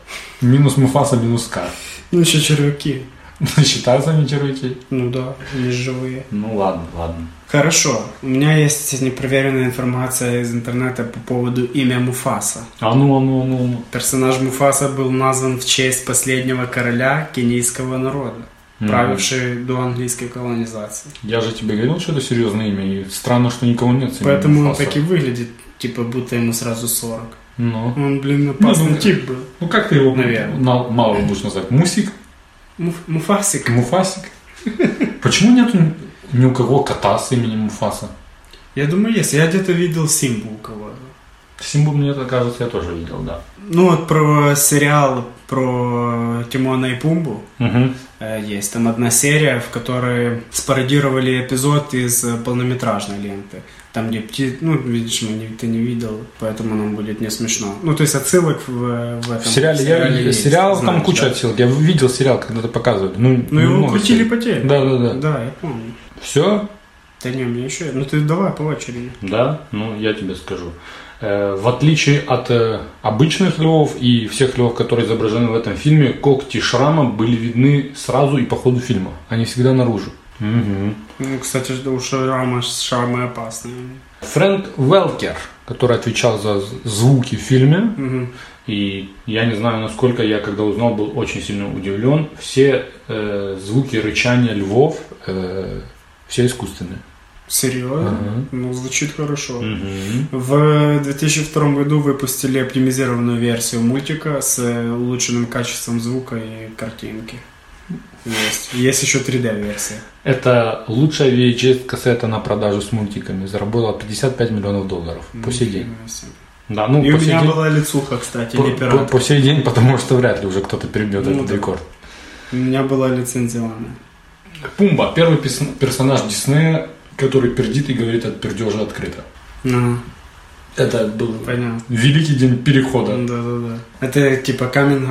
[SPEAKER 3] Минус Муфаса, минус Кар.
[SPEAKER 4] Ну еще червяки.
[SPEAKER 3] Считаются они червяки?
[SPEAKER 4] Ну да, они живые.
[SPEAKER 3] Ну, ладно, ладно.
[SPEAKER 4] Хорошо, у меня есть непроверенная информация из интернета по поводу имя Муфаса.
[SPEAKER 3] А ну, а ну, а ну, а ну.
[SPEAKER 4] Персонаж Муфаса был назван в честь последнего короля кенийского народа,
[SPEAKER 3] Мгм.
[SPEAKER 4] правивший до английской колонизации.
[SPEAKER 3] Я же тебе говорил, что это серьезное имя, и странно, что никого нет. с именем
[SPEAKER 4] Поэтому он
[SPEAKER 3] Муфаса.
[SPEAKER 4] так и выглядит, типа будто ему сразу 40.
[SPEAKER 3] Ну.
[SPEAKER 4] Он, блин, опасный
[SPEAKER 3] Ну, ну,
[SPEAKER 4] тип был.
[SPEAKER 3] Ну как ты его
[SPEAKER 4] Наверное.
[SPEAKER 3] на- мало будешь назвать? Мусик?
[SPEAKER 4] Муф- Муфасик.
[SPEAKER 3] Муфасик? Почему нет ни у кого кота с именем Муфаса?
[SPEAKER 4] Я думаю, есть. Я где-то видел Симбу у кого-то.
[SPEAKER 3] Симбу, мне это кажется, я тоже видел, да.
[SPEAKER 4] Ну вот про сериал про Тимона и Пумбу
[SPEAKER 3] Мгм.
[SPEAKER 4] э, есть. Там одна серия, в которой спародировали эпизод из э, полнометражной ленты. Там, где пти... Ну, видишь, мы не- ты не видел, поэтому нам будет не смешно. Ну, то есть отсылок в, э, в этом
[SPEAKER 3] В сериале, я,
[SPEAKER 4] есть,
[SPEAKER 3] сериал там
[SPEAKER 4] знаешь,
[SPEAKER 3] куча
[SPEAKER 4] да.
[SPEAKER 3] отсылок. Я видел сериал, когда-то показывали. Ну,
[SPEAKER 4] Ну, его
[SPEAKER 3] много
[SPEAKER 4] крутили
[SPEAKER 3] серий.
[SPEAKER 4] по телеку.
[SPEAKER 3] Да, да, да.
[SPEAKER 4] Да, я помню.
[SPEAKER 3] Все?
[SPEAKER 4] Да не, мне еще... Ну, ты давай по очереди.
[SPEAKER 3] Да, ну я тебе скажу. Э, В отличие от э, обычных львов и всех львов, которые изображены в этом фильме, когти шрама были видны сразу и по ходу фильма. Они всегда наружу.
[SPEAKER 4] Ну, кстати, ж- у Шарама шрамы опасные.
[SPEAKER 3] Фрэнк Велкер, который отвечал за з- звуки в фильме, и я не знаю, насколько я, когда узнал, был очень сильно удивлен. Все э, звуки рычания львов, э, все искусственные.
[SPEAKER 4] Серьезно? Ну, звучит хорошо. В 2002 году выпустили оптимизированную версию мультика с э, улучшенным качеством звука и картинки. Есть. Есть еще 3D-версия.
[SPEAKER 3] Это лучшая VHS-кассета на продажу с мультиками. Заработала 55 миллионов долларов по сей день. Да, ну,
[SPEAKER 4] И
[SPEAKER 3] по
[SPEAKER 4] у
[SPEAKER 3] сей
[SPEAKER 4] меня
[SPEAKER 3] день-
[SPEAKER 4] была лицуха, кстати,
[SPEAKER 3] по-
[SPEAKER 4] не
[SPEAKER 3] по-
[SPEAKER 4] пират.
[SPEAKER 3] по сей день, потому что вряд ли уже кто-то перебьет
[SPEAKER 4] Ну
[SPEAKER 3] этот
[SPEAKER 4] да.
[SPEAKER 3] рекорд.
[SPEAKER 4] У меня была лицензионная.
[SPEAKER 3] Пумба, первый пес- персонаж Диснея, который пердит и говорит от пердежа открыто.
[SPEAKER 4] Ну,
[SPEAKER 3] Это был
[SPEAKER 4] понятно.
[SPEAKER 3] великий день перехода.
[SPEAKER 4] Да-да-да. Это типа каминг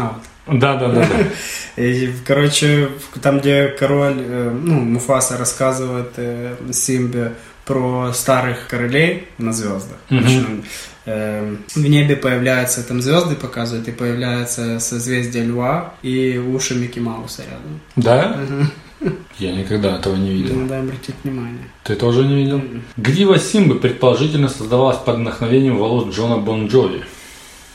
[SPEAKER 3] Да, да, да, да.
[SPEAKER 4] И, короче, в- там, где король, э, ну, Муфаса рассказывает э, Симбе про старых королей на звездах.
[SPEAKER 3] Мгм.
[SPEAKER 4] Точно, э, в небе появляются, там звезды показывают, и появляется созвездие льва и уши Микки Мауса рядом.
[SPEAKER 3] Да?
[SPEAKER 4] Мгм.
[SPEAKER 3] Я никогда этого не видел.
[SPEAKER 4] Надо обратить внимание.
[SPEAKER 3] Ты тоже не видел? Грива Симбы предположительно создавалась под вдохновением волос Джона Бон Джови.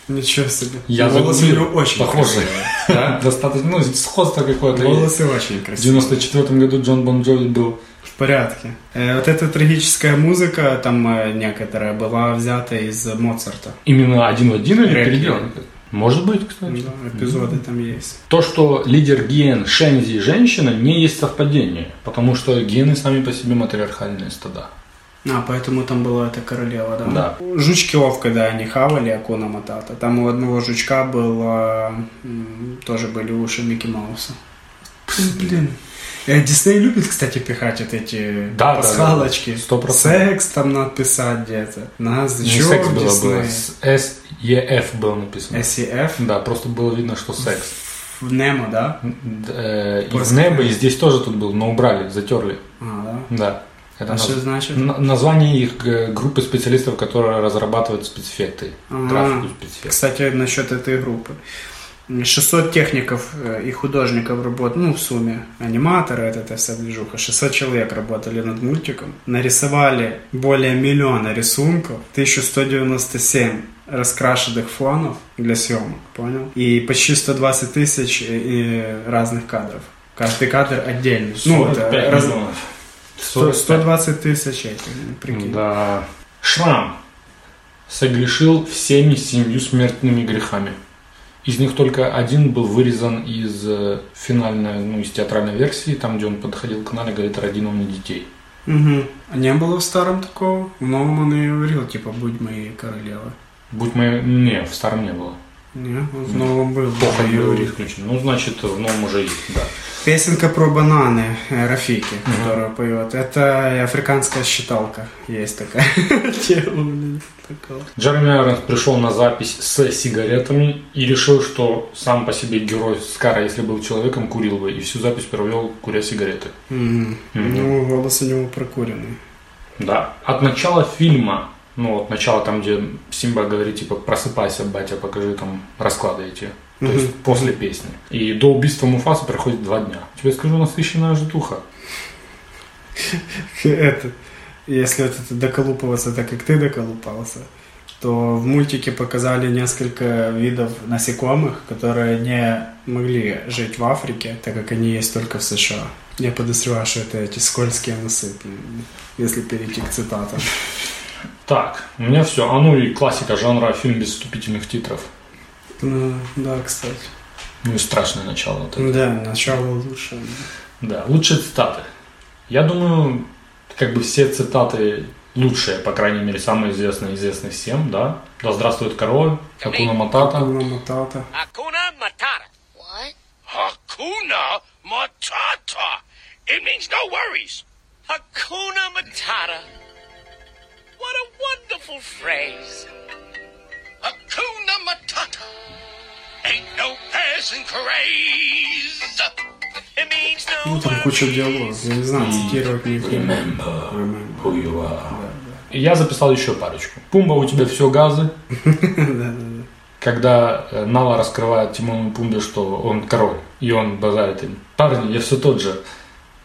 [SPEAKER 4] Ничего себе.
[SPEAKER 3] Я
[SPEAKER 4] Волосы
[SPEAKER 3] загуглил.
[SPEAKER 4] у него очень
[SPEAKER 3] Похожие. Да, достаточно, ну, сходство какое-то
[SPEAKER 4] красивые.
[SPEAKER 3] есть.
[SPEAKER 4] Волосы очень
[SPEAKER 3] В
[SPEAKER 4] красивые.
[SPEAKER 3] 94 году Джон Бон Джови был.
[SPEAKER 4] В порядке. Э, вот эта трагическая музыка, там э, некоторая, была взята из Моцарта.
[SPEAKER 3] Именно один в один или
[SPEAKER 4] Рэп.
[SPEAKER 3] переделан? Может быть, кстати.
[SPEAKER 4] Да, эпизоды там есть.
[SPEAKER 3] То, что лидер Гиен Шензи женщина, не есть совпадение, потому что гены сами по себе матриархальные стада.
[SPEAKER 4] А, поэтому там была эта королева, да?
[SPEAKER 3] Да.
[SPEAKER 4] Жучки Ов, когда они хавали Акуна Матата, там у одного жучка было... м, Тоже были уши Микки Мауса. Блин. Э, Дисней любит, кстати, пихать вот эти
[SPEAKER 3] Да, да,
[SPEAKER 4] пасхалочки.
[SPEAKER 3] да, сто процентов.
[SPEAKER 4] Секс там надписать где-то. Нас
[SPEAKER 3] Не
[SPEAKER 4] чё
[SPEAKER 3] секс было, было.
[SPEAKER 4] Дисней?
[SPEAKER 3] С Е Ф было написано.
[SPEAKER 4] SEF
[SPEAKER 3] Да, просто было видно, что секс.
[SPEAKER 4] в Немо, да?
[SPEAKER 3] Э, Из
[SPEAKER 4] Просто-
[SPEAKER 3] неба, и здесь тоже тут был, но убрали, затерли.
[SPEAKER 4] А,
[SPEAKER 3] Да.
[SPEAKER 4] да.
[SPEAKER 3] Это
[SPEAKER 4] А
[SPEAKER 3] наз-
[SPEAKER 4] что значит?
[SPEAKER 3] на- название их э, группы специалистов, которые разрабатывают спецэффекты,
[SPEAKER 4] Ага.
[SPEAKER 3] графику спецэффектов.
[SPEAKER 4] Кстати, насчет этой группы. 600 техников э, и художников работ, ну, в сумме, аниматоры, это, это вся движуха, 600 человек работали над мультиком, нарисовали более миллиона рисунков, 1197 раскрашенных фонов для съемок, понял? И почти 120 тысяч э, э, разных кадров. Каждый кадр отдельный. Ну, это
[SPEAKER 3] 45
[SPEAKER 4] раз-
[SPEAKER 3] миллионов.
[SPEAKER 4] сто-
[SPEAKER 3] 45.
[SPEAKER 4] 120 тысяч этих, ну, прикинь.
[SPEAKER 3] Да. Шрам согрешил всеми семью смертными грехами. Из них только один был вырезан из э, финальной, ну, из театральной версии, там, где он подходил к Нале, говорит, роди нам не детей.
[SPEAKER 4] Мгм. А Не было в старом такого? В новом он и говорил, типа, будь моей королевой.
[SPEAKER 3] Будь моей... Не, в старом не было.
[SPEAKER 4] Не, он в новом был.
[SPEAKER 3] Похоть
[SPEAKER 4] Юрий.
[SPEAKER 3] был исключен. Э, Ну, значит, в новом уже есть, да.
[SPEAKER 4] Песенка про бананы э, Рафики, которую поет. Это и африканская считалка. Есть такая. Тема, блин, такого.
[SPEAKER 3] Джереми Айронс пришел на запись с сигаретами и решил, что сам по себе герой Скара, если был человеком, курил бы, и всю запись провел, куря сигареты.
[SPEAKER 4] Мгм.
[SPEAKER 3] Мгм.
[SPEAKER 4] Ну, голос у него прокуренный.
[SPEAKER 3] Да. От начала фильма, ну вот начало там, где Симба говорит, типа, просыпайся, батя, покажи там расклады эти. То есть после песни. И до убийства Муфаса проходит два дня. Тебе скажу, насыщенная житуха.
[SPEAKER 4] Это, если вот это доколупываться так, как ты доколупался, то в мультике показали несколько видов насекомых, которые не могли жить в Африке, так как они есть только в США. Я подозреваю, что это эти скользкие насыпные, если перейти к цитатам.
[SPEAKER 3] Так, у меня все. А ну и классика жанра фильм без вступительных титров.
[SPEAKER 4] Ну, да, кстати. Ну
[SPEAKER 3] Ну и страшное начало. вот это.
[SPEAKER 4] Да, начало лучше.
[SPEAKER 3] Да, лучшие цитаты. Я думаю, как бы все цитаты лучшие, по крайней мере, самые известные, известные всем, да. Да здравствует король, Акуна Матата.
[SPEAKER 4] Акуна Матата.
[SPEAKER 5] Hakuna Matata.
[SPEAKER 6] What?
[SPEAKER 5] Hakuna Matata. It means no worries. Hakuna Matata. What a wonderful phrase. Hakuna Matata. Ain't no passing craze. It means no
[SPEAKER 4] Ну, там
[SPEAKER 5] worries.
[SPEAKER 4] куча диалогов. Я не знаю, цитировать не время.
[SPEAKER 3] Who you are. И Я записал еще парочку. Пумба, у тебя все газы. Когда э, Нала раскрывает Тимону и Пумбе, что он король, и он базарит им. Парни, я все тот же.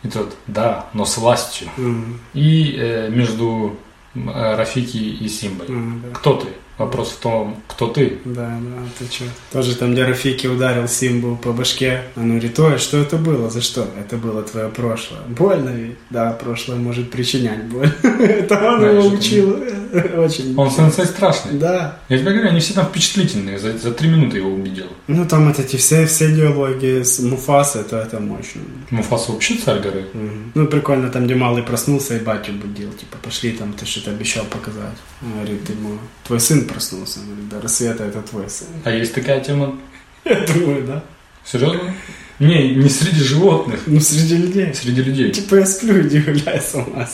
[SPEAKER 3] И тот, да, но с властью. И э, между э, Рафики и Симбой.
[SPEAKER 4] Мгм, да.
[SPEAKER 3] Кто ты? Вопрос в том, кто ты?
[SPEAKER 4] Да, да, ты чё? Тоже там, где Рафики ударил Симбу по башке. Она говорит, ой, что это было? За что? Это было твое прошлое. Больно ведь? Да, прошлое может причинять боль. Это он
[SPEAKER 3] Да, я
[SPEAKER 4] его
[SPEAKER 3] что-то
[SPEAKER 4] учил. Очень.
[SPEAKER 3] Он сенсей страшный.
[SPEAKER 4] Да.
[SPEAKER 3] Я тебе говорю, они все там впечатлительные. За, за три минуты его убедил.
[SPEAKER 4] Ну, там вот эти все, все диалоги с Муфаса, это, это мощно.
[SPEAKER 3] Муфаса вообще царь горы.
[SPEAKER 4] Ну, прикольно, там, где малый проснулся и батю будил. Типа, пошли, там, ты что-то обещал показать. Он говорит ему, твой сын проснулся. Он говорит, до рассвета это твой сын.
[SPEAKER 3] А есть такая тема?
[SPEAKER 4] Я думаю, да.
[SPEAKER 3] Серьезно? Не, не среди животных,
[SPEAKER 4] Ну, среди людей.
[SPEAKER 3] среди людей.
[SPEAKER 4] Типа, я сплю, иди гуляй сама.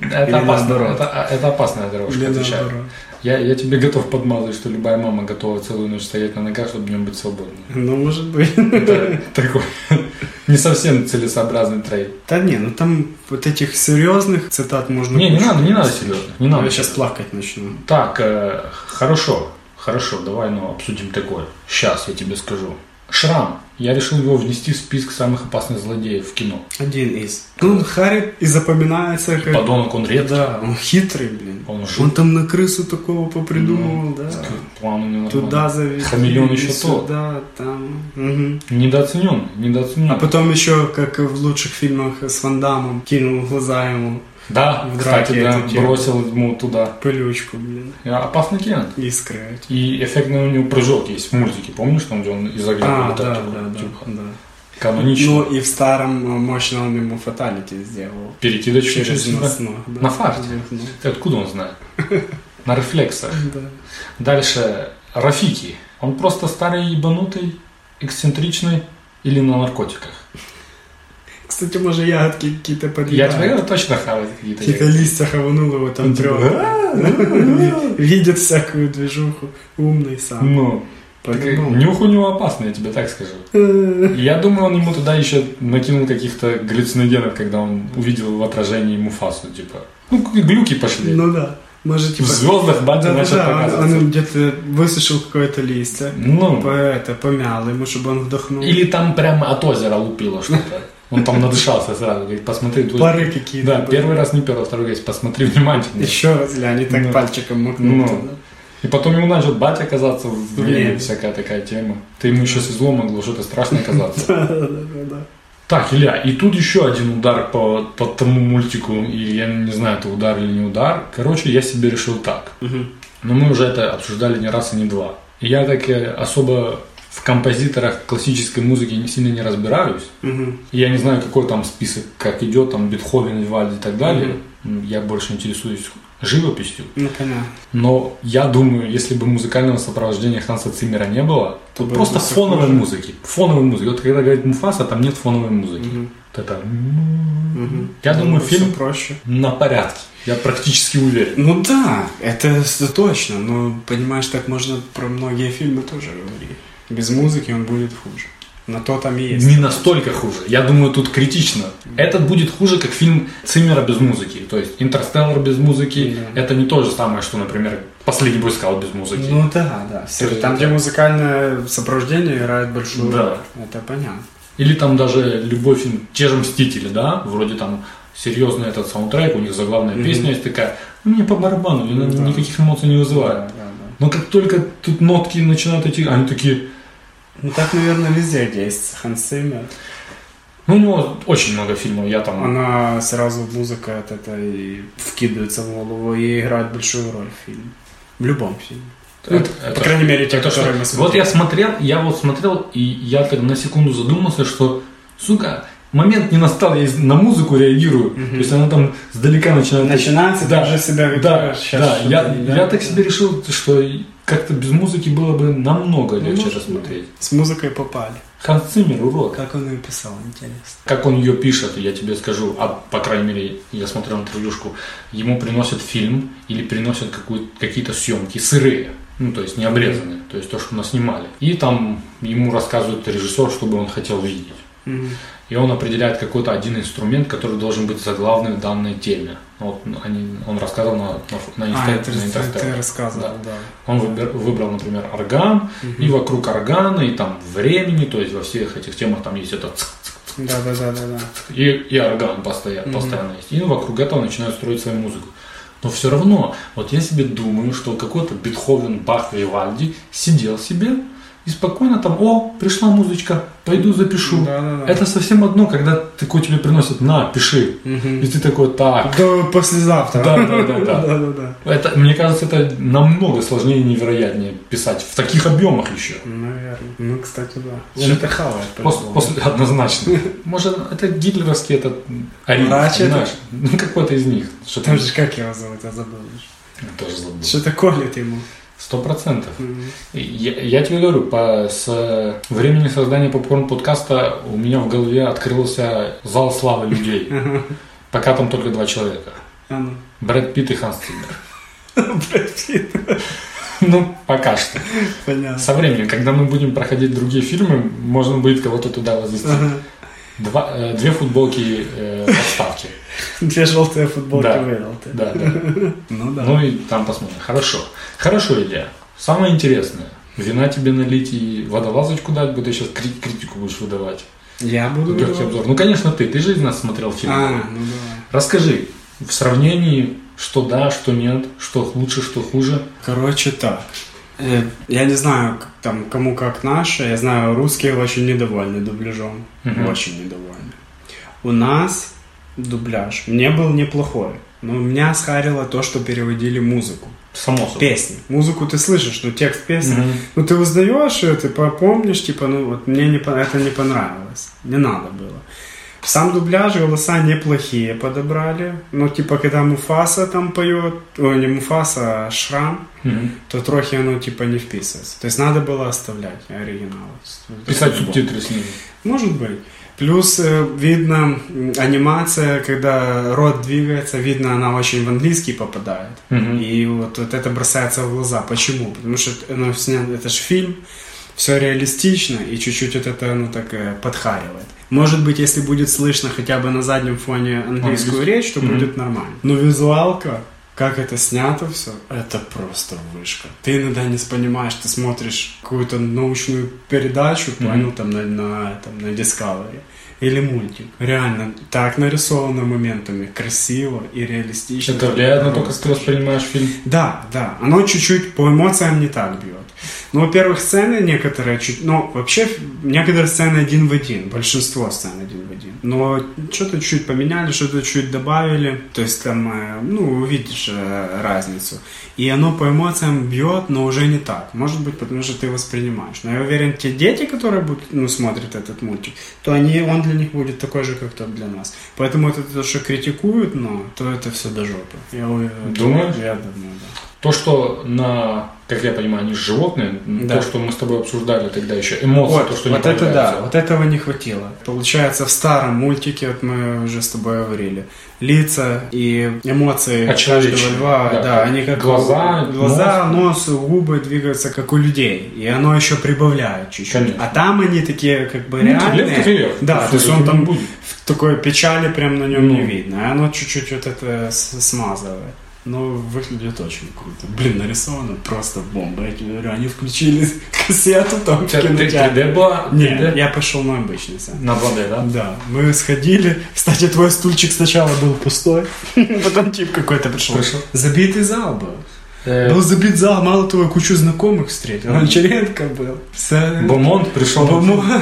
[SPEAKER 3] Это
[SPEAKER 4] Или
[SPEAKER 3] опасно.
[SPEAKER 4] наоборот.
[SPEAKER 3] Это, а, это опасная дорожка,
[SPEAKER 4] Или
[SPEAKER 3] отвечаю.
[SPEAKER 4] наоборот.
[SPEAKER 3] Я, я тебе готов подмазать, что любая мама готова целую ночь стоять на ногах, чтобы днем быть свободной.
[SPEAKER 4] Ну, может быть.
[SPEAKER 3] Это такой не совсем целесообразный трейд.
[SPEAKER 4] Да не, ну там вот этих серьезных цитат можно...
[SPEAKER 3] Не, не
[SPEAKER 4] кучу
[SPEAKER 3] надо, не надо
[SPEAKER 4] привести. Ну,
[SPEAKER 3] серьезно. Не
[SPEAKER 4] Я
[SPEAKER 3] надо.
[SPEAKER 4] сейчас плакать начну.
[SPEAKER 3] Так, э, хорошо, хорошо, давай, ну, обсудим такое. Сейчас я тебе скажу. Шрам. Я решил его внести в список самых опасных злодеев в кино.
[SPEAKER 4] Один из. Ну, он харит и запоминается как...
[SPEAKER 3] Подонок он редкий.
[SPEAKER 4] Э, Да, он хитрый, блин.
[SPEAKER 3] Он Ну, жук.
[SPEAKER 4] Он там на крысу такого попридумывал, да.
[SPEAKER 3] План у него
[SPEAKER 4] Туда завели.
[SPEAKER 3] Хамелеон еще тот.
[SPEAKER 4] Сюда, там. Мгм.
[SPEAKER 3] Недооценен, недооценен.
[SPEAKER 4] А потом еще, как и в лучших фильмах с Ван Дамом, кинул в глаза ему
[SPEAKER 3] Да,
[SPEAKER 4] в
[SPEAKER 3] кстати,
[SPEAKER 4] драке
[SPEAKER 3] да,
[SPEAKER 4] эту тему.
[SPEAKER 3] бросил ему туда.
[SPEAKER 4] пылючку, блин,
[SPEAKER 3] Я Опасный кинет.
[SPEAKER 4] искры. эти.
[SPEAKER 3] И эффектный у него прыжок есть в мультике, помнишь, там, где он из огня
[SPEAKER 4] А,
[SPEAKER 3] летает?
[SPEAKER 4] да,
[SPEAKER 3] такой,
[SPEAKER 4] да, да,
[SPEAKER 3] типа,
[SPEAKER 4] да.
[SPEAKER 3] Канонично.
[SPEAKER 4] Ну и в старом э, мощно он ему фаталити сделал.
[SPEAKER 3] Перекидочку через
[SPEAKER 4] Через
[SPEAKER 3] себя.
[SPEAKER 4] нос ног, да.
[SPEAKER 3] На фарте.
[SPEAKER 4] Вверх ног.
[SPEAKER 3] Ты откуда он знает? На рефлексах.
[SPEAKER 4] Да.
[SPEAKER 3] Дальше Рафики. Он просто старый ебанутый, эксцентричный или на наркотиках.
[SPEAKER 4] Кстати, может, ягодки какие-то
[SPEAKER 3] Я тебе
[SPEAKER 4] подъедают.
[SPEAKER 3] говорю, точно хавать какие-то.
[SPEAKER 4] Какие-то
[SPEAKER 3] ягоды.
[SPEAKER 4] листья хаванул его там
[SPEAKER 3] Он типа,
[SPEAKER 4] трёх.
[SPEAKER 3] «А,
[SPEAKER 4] Видит всякую движуху. Умный сам.
[SPEAKER 3] Ну, так и
[SPEAKER 4] По-любому.
[SPEAKER 3] нюх у него опасный, я тебе так скажу. Я думаю, он ему туда еще накинул каких-то галлюциногенов, когда он увидел в отражении Муфасу, типа. Ну, к- глюки пошли.
[SPEAKER 4] Ну да. Может,
[SPEAKER 3] в
[SPEAKER 4] типа...
[SPEAKER 3] звездах Банди
[SPEAKER 4] Да, да,
[SPEAKER 3] начал
[SPEAKER 4] да, он- он,
[SPEAKER 3] показываться.
[SPEAKER 4] им где-то высушил какое-то листье, по-
[SPEAKER 3] Ну,
[SPEAKER 4] это, помял ему, чтобы он вдохнул.
[SPEAKER 3] или там прямо от озера лупило что-то. Он там надышался сразу, говорит, посмотри. тут-
[SPEAKER 4] пары какие-то.
[SPEAKER 3] Да,
[SPEAKER 4] были.
[SPEAKER 3] первый раз не первый, а второй раз посмотри внимательно.
[SPEAKER 4] Еще раз, Ля, не так
[SPEAKER 3] Ну.
[SPEAKER 4] пальчиком макнул.
[SPEAKER 3] Ну.
[SPEAKER 4] туда.
[SPEAKER 3] И потом ему начал батя казаться в Вене,
[SPEAKER 4] Вене.
[SPEAKER 3] всякая такая тема. Ты ему еще с излом могло что-то страшное казаться.
[SPEAKER 4] Да-да-да-да.
[SPEAKER 3] Так, Илья, и тут еще один удар по, по тому мультику, и я не знаю, это удар или не удар. Короче, я себе решил так. Но мы уже это обсуждали не раз и не два. И я так э, особо в композиторах классической музыки не сильно не разбираюсь. И Я не знаю, какой там список, как идет, там Бетховен, Вивальди и так далее. Я больше интересуюсь живописью.
[SPEAKER 4] Ну, понятно.
[SPEAKER 3] Но я думаю, если бы музыкального сопровождения Ханса Циммера не было, то
[SPEAKER 4] было
[SPEAKER 3] просто
[SPEAKER 4] бы всё
[SPEAKER 3] фоновой
[SPEAKER 4] хуже.
[SPEAKER 3] музыки. Фоновой музыки. Вот когда говорит Муфаса, там нет фоновой музыки. Вот это... Я думаю,
[SPEAKER 4] Ну, Всё
[SPEAKER 3] фильм
[SPEAKER 4] проще.
[SPEAKER 3] на порядке. Я практически уверен.
[SPEAKER 4] Ну да, это с- точно, но понимаешь, так можно про многие фильмы тоже говорить. Без музыки он будет хуже. На то там и есть.
[SPEAKER 3] Не настолько хуже. Я думаю, тут критично. Этот будет хуже, как фильм Циммера без музыки. То есть Интерстеллар без музыки.
[SPEAKER 4] Мгм.
[SPEAKER 3] Это не то же самое, что, например, Последний бойскаут без музыки.
[SPEAKER 4] Ну да, да. всё.
[SPEAKER 3] Это же
[SPEAKER 4] там,
[SPEAKER 3] это-
[SPEAKER 4] где музыкальное сопровождение играет большую
[SPEAKER 3] Да.
[SPEAKER 4] роль. Это понятно.
[SPEAKER 3] Или там даже любой фильм, те же «Мстители», да, вроде там серьезный этот саундтрек, у них заглавная песня есть такая, ну, мне по барабану, она
[SPEAKER 4] Да.
[SPEAKER 3] никаких эмоций не
[SPEAKER 4] Да,
[SPEAKER 3] вызывает.
[SPEAKER 4] да, да.
[SPEAKER 3] Но как только тут нотки начинают идти, они такие,
[SPEAKER 4] Ну так, наверное, везде, где есть Ханс Циммер.
[SPEAKER 3] ну, у него очень много фильмов, я там...
[SPEAKER 4] Она сразу музыка от этой вкидывается в голову и играет большую роль в фильме. В любом фильме. Ну,
[SPEAKER 3] это-
[SPEAKER 4] по
[SPEAKER 3] это-
[SPEAKER 4] крайней мере, те,
[SPEAKER 3] это что?
[SPEAKER 4] которые мы
[SPEAKER 3] Вот
[SPEAKER 4] смотрели.
[SPEAKER 3] я смотрел, я вот смотрел, и я так на секунду задумался, что, сука, момент не настал, я на музыку реагирую. То есть она там сдалека начинает.
[SPEAKER 4] Начинается, ты уже себя
[SPEAKER 3] да,
[SPEAKER 4] выбираешь, щас
[SPEAKER 3] да,
[SPEAKER 4] что-то,
[SPEAKER 3] я,
[SPEAKER 4] да,
[SPEAKER 3] я так
[SPEAKER 4] да.
[SPEAKER 3] себе решил, что как-то без музыки было бы
[SPEAKER 4] Ну,
[SPEAKER 3] намного легче рассмотреть.
[SPEAKER 4] С музыкой попали.
[SPEAKER 3] Ханс Циммер, урод.
[SPEAKER 4] Как он ее писал, интересно.
[SPEAKER 3] Как он ее пишет, я тебе скажу, а по крайней мере, я смотрел интервьюшку, ему приносят фильм или приносят какую- какие-то съемки сырые, ну то есть не обрезанные, то есть то, что наснимали. И там ему рассказывает режиссер, что бы он хотел видеть. И он определяет какой-то один инструмент, который должен быть заглавным в данной теме. Ну, Вот они- он рассказывал на, на, на
[SPEAKER 4] А,
[SPEAKER 3] Insta-
[SPEAKER 4] это
[SPEAKER 3] на
[SPEAKER 4] ты-
[SPEAKER 3] Interstellar.
[SPEAKER 4] ты рассказывал, да.
[SPEAKER 3] Он выбер- выбрал, например, орган, и вокруг органа, и там времени, то есть во всех этих темах там есть этот цк, цк,
[SPEAKER 4] Да, да, да, да, да.
[SPEAKER 3] и, и орган постоянно, постоянно есть. И вокруг этого начинают строить свою музыку. Но все равно, вот я себе думаю, что какой-то Бетховен, Бах, Вивальди сидел себе и спокойно там, о, пришла музычка, пойду запишу.
[SPEAKER 4] Да-да-да.
[SPEAKER 3] Это совсем одно, когда такое тебе приносят, на, пиши. И ты такой, так.
[SPEAKER 4] До послезавтра.
[SPEAKER 3] Да, да, да, да.
[SPEAKER 4] да, да, да.
[SPEAKER 3] Это, мне кажется, это намного сложнее и невероятнее писать в таких объемах еще.
[SPEAKER 4] Наверное. Ну, кстати, да.
[SPEAKER 3] Он-
[SPEAKER 4] Что-то хавает.
[SPEAKER 3] Пос- после- однозначно. Может, это гитлеровский этот оригинал,
[SPEAKER 4] Мрачный?
[SPEAKER 3] знаешь? Ну, какой-то из них. Что
[SPEAKER 4] Там же как его зовут, я забыл.
[SPEAKER 3] Тоже забыл.
[SPEAKER 4] Что-то колет ему.
[SPEAKER 3] Сто процентов. Я, я тебе говорю, по, с э, времени создания попкорн подкаста у меня в голове открылся зал славы людей. Пока там только два человека.
[SPEAKER 4] А ну.
[SPEAKER 3] Брэд Питт и Ханс Циммер.
[SPEAKER 4] Брэд Питт.
[SPEAKER 3] Ну, пока что.
[SPEAKER 4] Понятно.
[SPEAKER 3] Со временем, когда мы будем проходить другие фильмы, можно будет кого-то туда возвести. Два, э, две футболки э, в отставке.
[SPEAKER 4] Две желтые футболки
[SPEAKER 3] Да.
[SPEAKER 4] выдал ты.
[SPEAKER 3] Да, да.
[SPEAKER 4] Ну да.
[SPEAKER 3] Ну и там посмотрим. Хорошо. Хорошо, Илья. Самое интересное. Вина тебе налить и водолазочку дать, бы ты сейчас критику будешь выдавать.
[SPEAKER 4] Я буду...
[SPEAKER 3] Легкий обзор. Ну, конечно, ты. Ты же из нас смотрел фильм.
[SPEAKER 4] А, ну давай.
[SPEAKER 3] Расскажи в сравнении, что да, что нет, что лучше, что хуже.
[SPEAKER 4] Короче, так. Э, Я не знаю, к- там, кому как наше. Я знаю, русские очень недовольны дубляжом.
[SPEAKER 3] Мгм.
[SPEAKER 4] Очень недовольны. У нас дубляж мне был неплохой. Но меня схарило то, что переводили музыку.
[SPEAKER 3] Само собой.
[SPEAKER 4] Песни. Музыку ты слышишь, но текст песни...
[SPEAKER 3] Мгм.
[SPEAKER 4] Ну, ты узнаешь ее, ты помнишь, типа, ну, вот мне не, по- это не понравилось. Не надо было. Сам дубляж голоса неплохие подобрали. Ну, типа, когда Муфаса там поет, ой, не Муфаса, а Шрам,
[SPEAKER 3] Мгм.
[SPEAKER 4] то трохи оно, типа, не вписывается. То есть надо было оставлять оригинал.
[SPEAKER 3] Писать субтитры с ними.
[SPEAKER 4] Может быть. Плюс э, видно м, анимация, когда рот двигается, видно, она очень в английский попадает.
[SPEAKER 3] Мгм.
[SPEAKER 4] И вот, вот это бросается в глаза. Почему? Потому что ну, снят, это же фильм, все реалистично, и чуть-чуть вот это ну, так э, подхаривает. Может быть, если будет слышно хотя бы на заднем фоне английскую
[SPEAKER 3] Английский.
[SPEAKER 4] речь, то
[SPEAKER 3] Мгм.
[SPEAKER 4] будет нормально. Но визуалка, как это снято все, это просто вышка. Ты иногда не понимаешь, ты смотришь какую-то научную передачу, понял, там на, на, там, на Discovery. Или мультик. Реально, так нарисовано моментами, красиво и реалистично.
[SPEAKER 3] Это влияет на то, как
[SPEAKER 4] Просто.
[SPEAKER 3] ты воспринимаешь фильм.
[SPEAKER 4] Да, да, оно чуть-чуть по эмоциям не так бьет. Ну, во-первых, сцены некоторые чуть... Ну, вообще, некоторые сцены один в один. Большинство сцен один в один. Но что-то чуть поменяли, что-то чуть добавили. То есть там, э, ну, увидишь э, разницу. И оно по эмоциям бьет, но уже не так. Может быть, потому что ты воспринимаешь. Но я уверен, те дети, которые будут, ну, смотрят этот мультик, то они, он для них будет такой же, как тот для нас. Поэтому это то, что критикуют, но то это все до жопы. Я уверен.
[SPEAKER 3] Думаешь?
[SPEAKER 4] Я думаю, ну, да.
[SPEAKER 3] То, что на, как я понимаю, они же животные,
[SPEAKER 4] Да.
[SPEAKER 3] то, что мы с тобой обсуждали тогда еще, эмоции,
[SPEAKER 4] Вот,
[SPEAKER 3] то, что не
[SPEAKER 4] вот это да,
[SPEAKER 3] проявляется.
[SPEAKER 4] вот этого не хватило. Получается, в старом мультике, вот мы уже с тобой говорили, лица и эмоции
[SPEAKER 3] Очеловеченные,
[SPEAKER 4] каждого льва,
[SPEAKER 3] А да.
[SPEAKER 4] да, они как
[SPEAKER 3] Глаза,
[SPEAKER 4] глаза нос. губы двигаются как у людей, и оно еще прибавляет чуть-чуть.
[SPEAKER 3] Конечно.
[SPEAKER 4] А там они такие как бы
[SPEAKER 3] Ну,
[SPEAKER 4] реальные.
[SPEAKER 3] лев как лев.
[SPEAKER 4] Да, то
[SPEAKER 3] Слушай,
[SPEAKER 4] есть он
[SPEAKER 3] это не
[SPEAKER 4] там
[SPEAKER 3] будет.
[SPEAKER 4] в такой печали прям на нем не
[SPEAKER 3] Ну.
[SPEAKER 4] видно, а оно чуть-чуть вот это с- смазывает. Но выглядит очень круто. Блин, нарисовано просто бомба. Я тебе говорю, они включили кассету там в
[SPEAKER 3] У тебя
[SPEAKER 4] кинотеатре.
[SPEAKER 3] 3D была?
[SPEAKER 4] Нет,
[SPEAKER 3] 3D?
[SPEAKER 4] я пошел на обычный сайт.
[SPEAKER 3] На 2D, да?
[SPEAKER 4] Да, мы сходили. Кстати, твой стульчик сначала был пустой, потом тип какой-то пришел.
[SPEAKER 3] Пришел.
[SPEAKER 4] Забитый зал был.
[SPEAKER 3] Э,
[SPEAKER 4] Был забит зал, мало того, кучу знакомых встретил. Гончаренко был. Са-
[SPEAKER 3] Бомонд пришел.
[SPEAKER 4] Бому-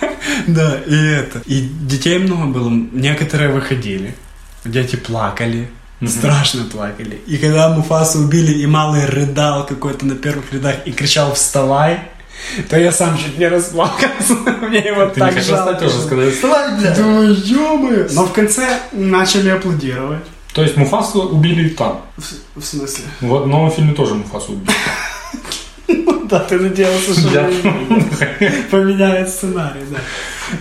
[SPEAKER 4] Да, и это. И детей много было. Некоторые выходили. Дети плакали. Страшно плакали. И когда Муфаса убили, и малый рыдал какой-то на первых рядах и кричал «Вставай!», то я сам чуть не расплакался. Мне его
[SPEAKER 3] Ты
[SPEAKER 4] так
[SPEAKER 3] не хотел
[SPEAKER 4] жалко.
[SPEAKER 3] стать тоже
[SPEAKER 4] было.
[SPEAKER 3] сказать «Вставай, бля!»
[SPEAKER 4] Думаю, «Ё-моё!» Но в конце начали аплодировать.
[SPEAKER 3] То есть Муфасу убили там.
[SPEAKER 4] В, в смысле?
[SPEAKER 3] В новом фильме тоже Муфасу убили.
[SPEAKER 4] Да, ты надеялся, что
[SPEAKER 3] Я-
[SPEAKER 4] поменяет сценарий, да.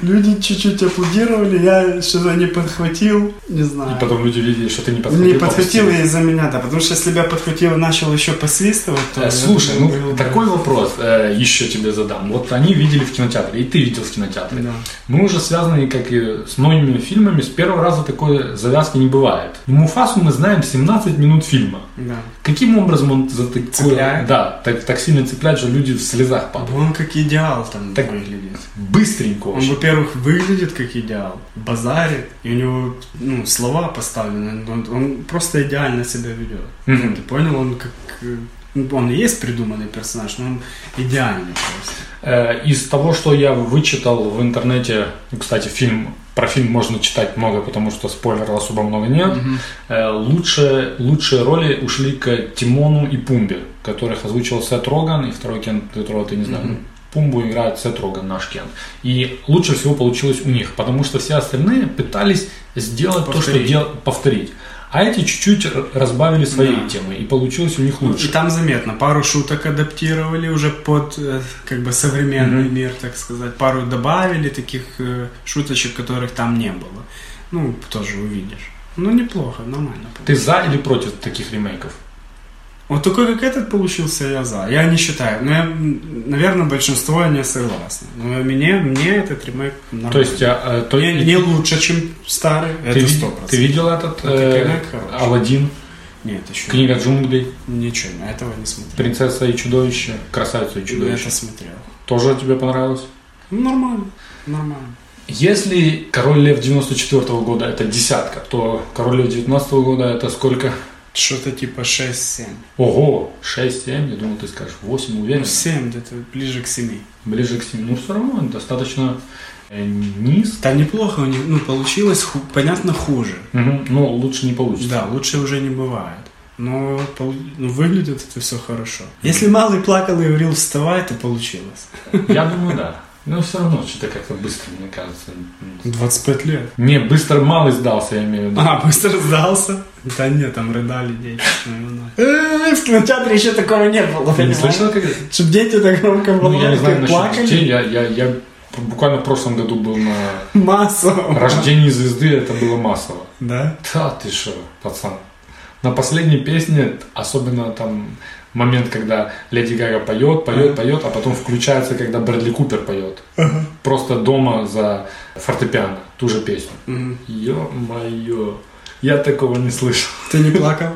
[SPEAKER 4] Люди чуть-чуть аплодировали, я что-то не подхватил, не знаю.
[SPEAKER 3] И потом люди видели, что ты не подходил.
[SPEAKER 4] Не подхватил
[SPEAKER 3] попустил.
[SPEAKER 4] я из-за меня, да, потому что если бы я подхватил и начал еще посвистывать, то...
[SPEAKER 3] Э,
[SPEAKER 4] это
[SPEAKER 3] Слушай,
[SPEAKER 4] бы было
[SPEAKER 3] ну
[SPEAKER 4] бы-
[SPEAKER 3] такой вопрос э, еще тебе задам. Вот они видели в кинотеатре, и ты видел в кинотеатре.
[SPEAKER 4] Да.
[SPEAKER 3] Мы уже связаны, как и с многими фильмами, с первого раза такой завязки не бывает. Муфасу мы знаем 17 минут фильма.
[SPEAKER 4] Да.
[SPEAKER 3] Каким образом он за такое...
[SPEAKER 4] Цепляет?
[SPEAKER 3] Да, так, так сильно цепляет, что люди в слезах падают.
[SPEAKER 4] Он А как идеал там
[SPEAKER 3] Так-
[SPEAKER 4] выглядит.
[SPEAKER 3] Быстренько
[SPEAKER 4] Он,
[SPEAKER 3] вообще.
[SPEAKER 4] во-первых, выглядит как идеал, базарит, и у него ну, слова поставлены, он, он просто идеально себя ведет.
[SPEAKER 3] Мгм.
[SPEAKER 4] Ты понял, он как... э, ну, Он и есть придуманный персонаж, но он идеальный просто.
[SPEAKER 3] Э, Из того, что я вычитал в интернете, ну, кстати, фильм про фильм можно читать много, потому что спойлеров особо много нет. Э, Лучше, лучшие роли ушли к Тимону и Пумбе, которых озвучил Сет Роган, и второй Кен, которого ты не знаю. Ну, Пумбу играет Сет Роган, наш Кен. И лучше всего получилось у них, потому что все остальные пытались сделать то, что
[SPEAKER 4] Повторить.
[SPEAKER 3] дел... повторить. А эти чуть-чуть р- разбавили своей темы, и получилось у них
[SPEAKER 4] И
[SPEAKER 3] лучше.
[SPEAKER 4] там заметно, пару шуток адаптировали уже под э, как бы современный мир, так сказать. Пару добавили таких э, шуточек, которых там не было. Ну, тоже увидишь. Ну, неплохо, нормально.
[SPEAKER 3] Ты за или против таких ремейков?
[SPEAKER 4] Вот такой, как этот получился, я за. Я не считаю. Но я, м, наверное, большинство не согласны. Но мне, мне этот ремейк нормально.
[SPEAKER 3] То есть, а, э, то
[SPEAKER 4] не, не лучше, чем старый.
[SPEAKER 3] ты,
[SPEAKER 4] это
[SPEAKER 3] ви-
[SPEAKER 4] сто
[SPEAKER 3] ты видел этот
[SPEAKER 4] Вот
[SPEAKER 3] э,
[SPEAKER 4] ремейк хороший.
[SPEAKER 3] Аладдин,
[SPEAKER 4] Нет, еще
[SPEAKER 3] книга джунглей,
[SPEAKER 4] ничего, я этого не смотрел.
[SPEAKER 3] принцесса и чудовище, красавица и
[SPEAKER 4] Я
[SPEAKER 3] чудовище.
[SPEAKER 4] это смотрел.
[SPEAKER 3] Тоже тебе понравилось?
[SPEAKER 4] Ну, нормально, нормально.
[SPEAKER 3] Если Король Лев 94 года это десятка, то Король Лев 19 года это сколько?
[SPEAKER 4] Что-то типа 6-7.
[SPEAKER 3] Ого, 6, 7, я думал, ты скажешь 8, уверен.
[SPEAKER 4] Ну, 7 где-то, ближе к 7.
[SPEAKER 3] Ближе к 7, ну все равно достаточно э, низко.
[SPEAKER 4] Там неплохо у них, ну, получилось, ху- понятно, хуже.
[SPEAKER 3] Мгм, Но Ну, лучше не получится.
[SPEAKER 4] Да, лучше уже не бывает. Но пол- ну, выглядит это все хорошо. Если малый плакал и говорил «вставай», то получилось.
[SPEAKER 3] Я думаю, да. Но все равно что-то как-то быстро, мне кажется.
[SPEAKER 4] 25 лет.
[SPEAKER 3] Не, быстро малый сдался, я имею в виду.
[SPEAKER 4] А, быстро сдался? Да нет, там рыдали дети. наверное. Э, В кинотеатре еще такого не было.
[SPEAKER 3] Ты не
[SPEAKER 4] понимаешь?
[SPEAKER 3] слышал, как
[SPEAKER 4] Чтоб дети так громко
[SPEAKER 3] Ну, я не знаю
[SPEAKER 4] плакали.
[SPEAKER 3] насчет детей. Я, я, я буквально в прошлом году был на
[SPEAKER 4] Массово.
[SPEAKER 3] рождении звезды, это было массово.
[SPEAKER 4] Да?
[SPEAKER 3] Да ты что, пацан. На последней песне, особенно там момент, когда Леди Гага поет, поет, поет, а потом включается, когда Брэдли Купер поет. Просто дома за фортепиано, ту же песню. Ё-моё, я такого не слышал.
[SPEAKER 4] Ты не плакал?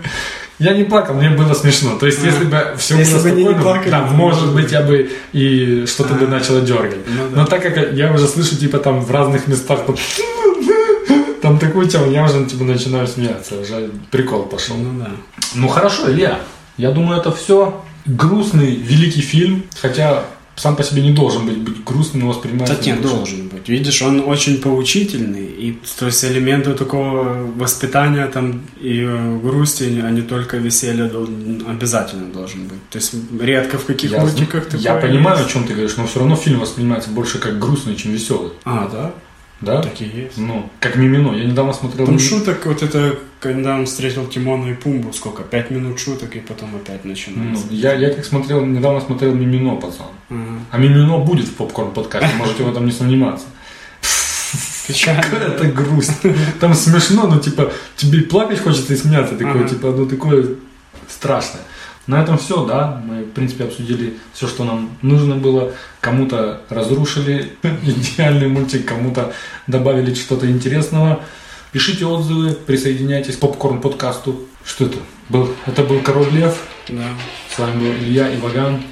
[SPEAKER 3] Я не плакал, мне было смешно. То есть,
[SPEAKER 4] А.
[SPEAKER 3] если бы все
[SPEAKER 4] Если
[SPEAKER 3] было
[SPEAKER 4] бы они не
[SPEAKER 3] спокойно,
[SPEAKER 4] плакали,
[SPEAKER 3] да,
[SPEAKER 4] то,
[SPEAKER 3] может
[SPEAKER 4] может
[SPEAKER 3] быть,
[SPEAKER 4] быть.
[SPEAKER 3] я бы и что-то бы начало дергать.
[SPEAKER 4] Ну да.
[SPEAKER 3] Но так как я уже слышу, типа, там в разных местах, там, там такую тему, я уже, типа, начинаю смеяться, уже прикол пошел.
[SPEAKER 4] Ну да.
[SPEAKER 3] Ну, хорошо, Илья, я думаю, это все грустный, великий фильм, хотя сам по себе не должен быть, быть грустным, но воспринимается...
[SPEAKER 4] Да нет,
[SPEAKER 3] грустно.
[SPEAKER 4] должен быть. Видишь, он очень поучительный. И, то есть элементы такого воспитания там и э, грусти, а не только веселья дол- обязательно должен быть. То есть редко в каких
[SPEAKER 3] Я,
[SPEAKER 4] мультиках такое
[SPEAKER 3] я понимаю, о
[SPEAKER 4] есть.
[SPEAKER 3] чем ты говоришь, но все равно фильм воспринимается больше как грустный, чем веселый.
[SPEAKER 4] А, да?
[SPEAKER 3] Да?
[SPEAKER 4] Такие есть.
[SPEAKER 3] Ну, как Мимино. Я недавно смотрел...
[SPEAKER 4] Там
[SPEAKER 3] «Мимино».
[SPEAKER 4] шуток вот это, когда он встретил Тимона и Пумбу, сколько? Пять минут шуток, и потом опять
[SPEAKER 3] Ну,
[SPEAKER 4] начинается.
[SPEAKER 3] я, я как смотрел, недавно смотрел Мимино, пацан.
[SPEAKER 4] Ага.
[SPEAKER 3] А Мимино будет в попкорн подкасте, можете в этом не сомневаться.
[SPEAKER 4] Печально.
[SPEAKER 3] Это грусть. Там смешно, но типа тебе и плакать хочется и смеяться. Такое,
[SPEAKER 4] Ага.
[SPEAKER 3] типа, ну такое страшное. На этом все, да. Мы, в принципе, обсудили все, что нам нужно было. Кому-то разрушили идеальный мультик, кому-то добавили что-то интересного. Пишите отзывы, присоединяйтесь к попкорн подкасту. Что это? Был, это был Король Лев.
[SPEAKER 4] Да.
[SPEAKER 3] С вами был Илья Иваган.